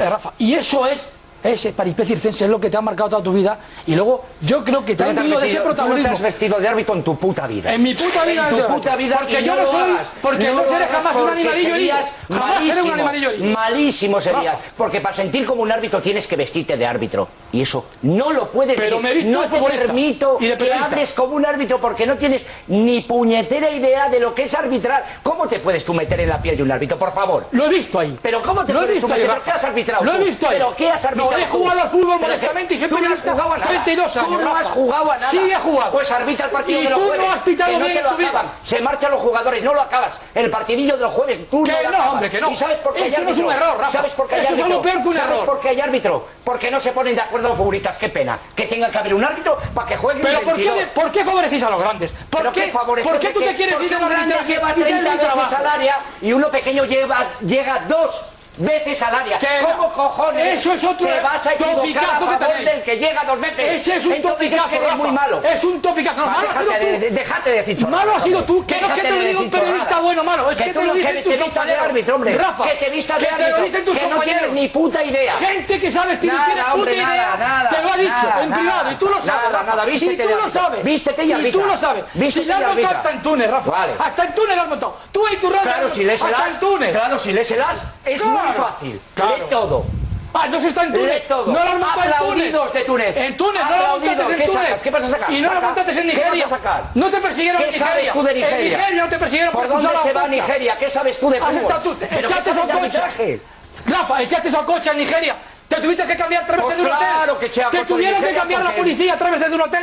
Speaker 19: Eh, Rafa, y eso es ese paripé circense, es lo que te ha marcado toda tu vida. Y luego, yo creo que
Speaker 13: Tú
Speaker 19: te
Speaker 13: no
Speaker 19: han
Speaker 13: te has
Speaker 19: de ese
Speaker 13: metido- tú no te
Speaker 19: protagonismo.
Speaker 13: has vestido de árbitro en tu puta vida.
Speaker 19: En mi puta vida.
Speaker 13: En tu
Speaker 19: yo-
Speaker 13: puta vida.
Speaker 19: Porque
Speaker 13: y
Speaker 19: yo no
Speaker 13: lo
Speaker 19: soy.
Speaker 13: hagas.
Speaker 19: Porque no,
Speaker 13: lo
Speaker 19: seré
Speaker 13: hagas
Speaker 19: jamás un
Speaker 13: porque
Speaker 19: animalillo herido.
Speaker 13: serías
Speaker 19: Jamás seré un
Speaker 13: malísimo,
Speaker 19: animalillo herido.
Speaker 13: Malísimo sería.
Speaker 19: Rafa,
Speaker 13: Porque para sentir como un árbitro tienes que vestirte de árbitro. Y eso no lo puedes
Speaker 19: Pero
Speaker 13: decir.
Speaker 19: me he visto
Speaker 13: No
Speaker 19: de
Speaker 13: te
Speaker 19: futbolista
Speaker 13: permito
Speaker 19: y de
Speaker 13: que
Speaker 19: periodista.
Speaker 13: hables como un árbitro porque no tienes ni puñetera idea de lo que es arbitrar. ¿Cómo te puedes tú meter en la piel de un árbitro, por favor?
Speaker 19: Lo he visto ahí.
Speaker 13: Pero ¿cómo te
Speaker 19: Lo he
Speaker 13: puedes tú
Speaker 19: visto ahí,
Speaker 13: meter? ¿Pero
Speaker 19: Rafa.
Speaker 13: ¿Qué has arbitrado
Speaker 19: Lo he
Speaker 13: tú?
Speaker 19: visto ahí.
Speaker 13: ¿Pero qué has
Speaker 19: No,
Speaker 13: arbitrado
Speaker 19: he
Speaker 13: tú?
Speaker 19: jugado al fútbol
Speaker 13: Pero que-
Speaker 19: modestamente y soy
Speaker 13: tú no has
Speaker 19: periodista.
Speaker 13: jugado a nada.
Speaker 19: 32 años,
Speaker 13: Tú no
Speaker 19: Rafa.
Speaker 13: has jugado a nada.
Speaker 19: Sí, he jugado.
Speaker 13: Pues arbitra el partido
Speaker 19: Y
Speaker 13: de los
Speaker 19: tú no
Speaker 13: jueves.
Speaker 19: has pitado
Speaker 13: que no
Speaker 19: bien
Speaker 13: te
Speaker 19: en
Speaker 13: lo
Speaker 19: tu vida.
Speaker 13: acaban. Se marchan los jugadores, no lo acabas. El partidillo de los jueves, tú
Speaker 19: Que
Speaker 13: no lo
Speaker 19: no,
Speaker 13: acabas.
Speaker 19: hombre, que no.
Speaker 13: ¿Y sabes por qué
Speaker 19: Eso
Speaker 13: hay
Speaker 19: no es
Speaker 13: árbitro?
Speaker 19: un error, Rafa.
Speaker 13: ¿Sabes por qué hay
Speaker 19: Eso es
Speaker 13: árbitro?
Speaker 19: algo peor que un
Speaker 13: ¿Sabes
Speaker 19: error.
Speaker 13: por qué hay árbitro? Porque no se ponen de acuerdo los futbolistas. Qué pena. Que tenga que haber un árbitro para que juegue
Speaker 19: Pero
Speaker 13: un
Speaker 19: ¿por qué,
Speaker 13: 22.
Speaker 19: ¿por qué favorecéis a los grandes? ¿Por
Speaker 13: ¿Pero
Speaker 19: qué,
Speaker 13: favorecer
Speaker 19: ¿por qué
Speaker 13: de
Speaker 19: tú te quieres
Speaker 13: porque
Speaker 19: ir de
Speaker 13: un
Speaker 19: la
Speaker 13: grande
Speaker 19: grande
Speaker 13: lleva 30 veces al área y uno pequeño lleva, llega a dos? veces al área.
Speaker 19: Que
Speaker 13: ¿Cómo
Speaker 19: no.
Speaker 13: cojones?
Speaker 19: Eso es otro
Speaker 12: eh,
Speaker 13: te vas a equivocar a
Speaker 19: topicazo que
Speaker 13: favor
Speaker 19: tenéis.
Speaker 13: del que llega dos veces.
Speaker 19: Ese es un
Speaker 13: Entonces
Speaker 19: topicazo,
Speaker 13: que eres
Speaker 19: Rafa.
Speaker 13: muy malo.
Speaker 19: Es un topicazo. No,
Speaker 13: Va,
Speaker 19: malo has
Speaker 13: déjate de-
Speaker 19: sido tú.
Speaker 13: de- déjate de decir chorradas,
Speaker 19: Malo has sido
Speaker 13: hombre.
Speaker 19: tú, que no es que
Speaker 13: Déjate
Speaker 19: te lo
Speaker 13: de
Speaker 19: diga un
Speaker 13: decir
Speaker 19: periodista
Speaker 13: chorradas.
Speaker 19: bueno o malo, es que te
Speaker 13: tú
Speaker 19: lo dicen
Speaker 13: que
Speaker 19: tus
Speaker 13: te vistas de
Speaker 19: compañeros.
Speaker 13: árbitro, hombre.
Speaker 19: Rafa,
Speaker 13: que te vistas de
Speaker 19: que te lo
Speaker 13: árbitro.
Speaker 19: dicen tus
Speaker 13: que no
Speaker 19: compañeros.
Speaker 13: tienes ni puta idea.
Speaker 19: Gente que sabes que no
Speaker 13: Nada,
Speaker 19: tiene puta
Speaker 13: hombre, nada,
Speaker 19: idea,
Speaker 13: nada,
Speaker 19: te lo ha dicho
Speaker 13: nada,
Speaker 19: en
Speaker 13: nada.
Speaker 19: privado y tú lo sabes.
Speaker 13: Nada,
Speaker 19: Rafa.
Speaker 13: nada, vístete
Speaker 19: y tú
Speaker 13: de
Speaker 19: lo
Speaker 13: árbitro.
Speaker 19: sabes.
Speaker 13: Vístete y
Speaker 19: Y tú
Speaker 13: arbitra.
Speaker 19: lo sabes.
Speaker 13: Vístete
Speaker 19: si le
Speaker 13: y
Speaker 19: has montado
Speaker 13: arbitra.
Speaker 19: hasta en Túnez, Rafa.
Speaker 13: Vale.
Speaker 19: Hasta en Túnez lo has montado. Tú y tu raza.
Speaker 13: Claro, si lees el
Speaker 19: Hasta
Speaker 13: as-
Speaker 19: en Túnez.
Speaker 13: claro, si lees el as, es muy fácil. Lee todo.
Speaker 19: Ah, no se está en Túnez.
Speaker 13: Lee todo.
Speaker 19: No lo has montado en Túnez.
Speaker 13: Aplaudidos de Túnez.
Speaker 19: En Túnez, no lo has
Speaker 13: Aplaudidos.
Speaker 19: montado en
Speaker 13: ¿Qué
Speaker 19: Túnez.
Speaker 13: sacas? ¿Qué vas a sacar?
Speaker 19: Y no lo
Speaker 13: Saca.
Speaker 19: montaste en
Speaker 13: ¿Qué
Speaker 19: Nigeria.
Speaker 13: vas a sacar?
Speaker 19: No te persiguieron
Speaker 13: ¿Qué
Speaker 19: en Nigeria.
Speaker 13: sabes tú de Nigeria?
Speaker 19: En Nigeria no te persiguieron
Speaker 13: ¿Por dónde
Speaker 19: cruzar la
Speaker 13: se va
Speaker 19: concha.
Speaker 13: Nigeria? ¿Qué sabes tú de
Speaker 19: Has
Speaker 13: fútbol?
Speaker 19: estado tú,
Speaker 13: ¿Pero qué
Speaker 19: echaste
Speaker 13: sabes
Speaker 19: a
Speaker 13: de
Speaker 19: Ococha.
Speaker 13: arbitraje?
Speaker 19: Rafa, echaste a Ococha en Nigeria. Te tuviste que cambiar tres
Speaker 13: Pues
Speaker 19: veces de un hotel.
Speaker 13: claro que eché a
Speaker 19: Te
Speaker 13: Ococha en
Speaker 19: tuvieron que
Speaker 13: Nigeria
Speaker 19: cambiar la
Speaker 13: porque-
Speaker 19: policía tres veces de un hotel.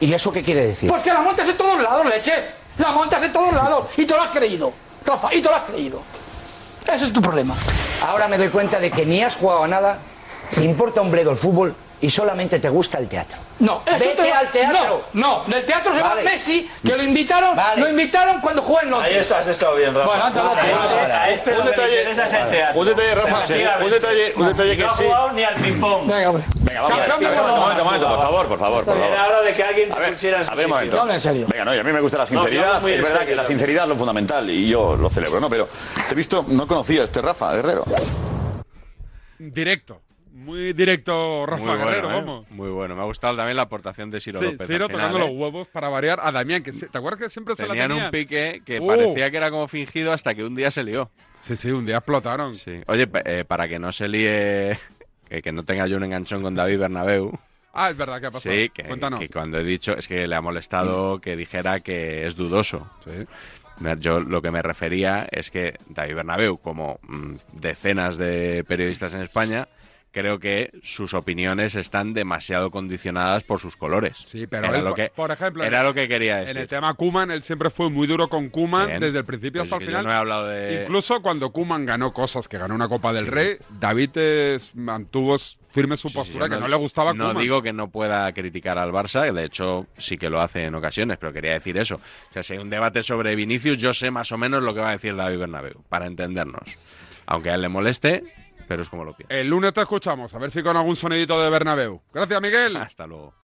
Speaker 13: ¿Y eso qué quiere decir?
Speaker 19: Pues que la montas en todos lados, leches. La montas en todos lados. Y te lo has creído. Rafa, y te lo has creído. Ese es tu problema.
Speaker 13: Ahora me doy cuenta de que ni has jugado a nada, te importa un bledo el fútbol y solamente te gusta el teatro.
Speaker 19: No, eso
Speaker 13: Vete
Speaker 19: te va-
Speaker 13: al teatro.
Speaker 19: No, no, del teatro se
Speaker 13: Vale.
Speaker 19: va Messi, que lo invitaron, lo invitaron cuando jugó en Londres.
Speaker 35: Ahí está, has estado bien, Rafa.
Speaker 19: Bueno, anda,
Speaker 35: a
Speaker 19: vete.
Speaker 35: este, a este
Speaker 19: Un
Speaker 35: lo que le
Speaker 19: detalle-
Speaker 35: interesa es el teatro.
Speaker 18: un detalle, Rafa,
Speaker 35: O sea,
Speaker 18: sí, un detalle- un detalle
Speaker 35: y no
Speaker 18: que
Speaker 35: ha
Speaker 18: sí.
Speaker 35: jugado ni al ping-pong.
Speaker 19: Venga, hombre.
Speaker 18: Venga, vamos. a ver,
Speaker 35: Campeón,
Speaker 18: a ver, un
Speaker 35: no,
Speaker 18: momento,
Speaker 35: no,
Speaker 18: un momento,
Speaker 35: no,
Speaker 18: por favor, por favor, por favor.
Speaker 35: Era hora de que alguien te pusiera en su
Speaker 18: A ver, un momento.
Speaker 35: sitio.
Speaker 18: Venga, no, y a mí me gusta la
Speaker 35: No, que habla
Speaker 18: sinceridad.
Speaker 35: muy
Speaker 18: es
Speaker 35: en
Speaker 18: verdad
Speaker 35: serio,
Speaker 18: que la
Speaker 35: claro.
Speaker 18: sinceridad es lo fundamental y yo lo celebro, ¿no? Pero te he visto, no conocía a este Rafa Guerrero.
Speaker 1: Directo. Muy directo, Rafa
Speaker 2: Muy bueno,
Speaker 1: Guerrero,
Speaker 2: ¿eh?
Speaker 1: vamos.
Speaker 2: Muy bueno. Me ha gustado también la aportación de Ciro
Speaker 1: Sí,
Speaker 2: López. al
Speaker 1: Ciro
Speaker 2: final,
Speaker 1: tocando
Speaker 2: ¿eh?
Speaker 1: los huevos para variar a Damián, que se- ¿te acuerdas que siempre se la
Speaker 2: Tenían un pique que
Speaker 1: Oh.
Speaker 2: parecía que era como fingido hasta que un día se lió.
Speaker 1: Sí, sí, un día explotaron.
Speaker 2: Sí. Oye, pa- eh, para que no se líe, [LAUGHS] que, que no tenga yo un enganchón con David Bernabeu.
Speaker 1: Ah, es verdad, ¿qué ha pasado?
Speaker 2: Sí, que,
Speaker 1: Cuéntanos.
Speaker 2: que cuando he dicho, es que le ha molestado que dijera que es dudoso. Me- Yo lo que me refería es que David Bernabeu, como mm, decenas de periodistas en España, creo que sus opiniones están demasiado condicionadas por sus colores.
Speaker 1: Sí, pero
Speaker 2: era
Speaker 1: él,
Speaker 2: lo
Speaker 1: por-
Speaker 2: que,
Speaker 1: por ejemplo,
Speaker 2: era
Speaker 1: en-
Speaker 2: lo que quería
Speaker 1: En el
Speaker 2: decir.
Speaker 1: tema Kuman, él siempre fue muy duro con Kuman
Speaker 2: Bien.
Speaker 1: desde el principio
Speaker 2: Pues
Speaker 1: hasta
Speaker 2: es
Speaker 1: el
Speaker 2: que yo
Speaker 1: final.
Speaker 2: no he hablado de-
Speaker 1: Incluso cuando Kuman ganó cosas, que ganó una Copa del
Speaker 2: Sí.
Speaker 1: Rey, David eh, mantuvo s- firme su
Speaker 2: Sí,
Speaker 1: postura,
Speaker 2: yo
Speaker 1: que no, le gustaba
Speaker 2: No
Speaker 1: Koeman.
Speaker 2: digo que no pueda criticar al Barça, de hecho sí que lo hace en ocasiones, pero quería decir eso. O sea, si hay un debate sobre Vinicius, yo sé más o menos lo que va a decir David Bernabeu, para entendernos. Aunque a él le moleste, pero es como lo piensa.
Speaker 1: El lunes te escuchamos, a ver si con algún sonidito de Bernabéu. Gracias, Miguel.
Speaker 2: Hasta luego.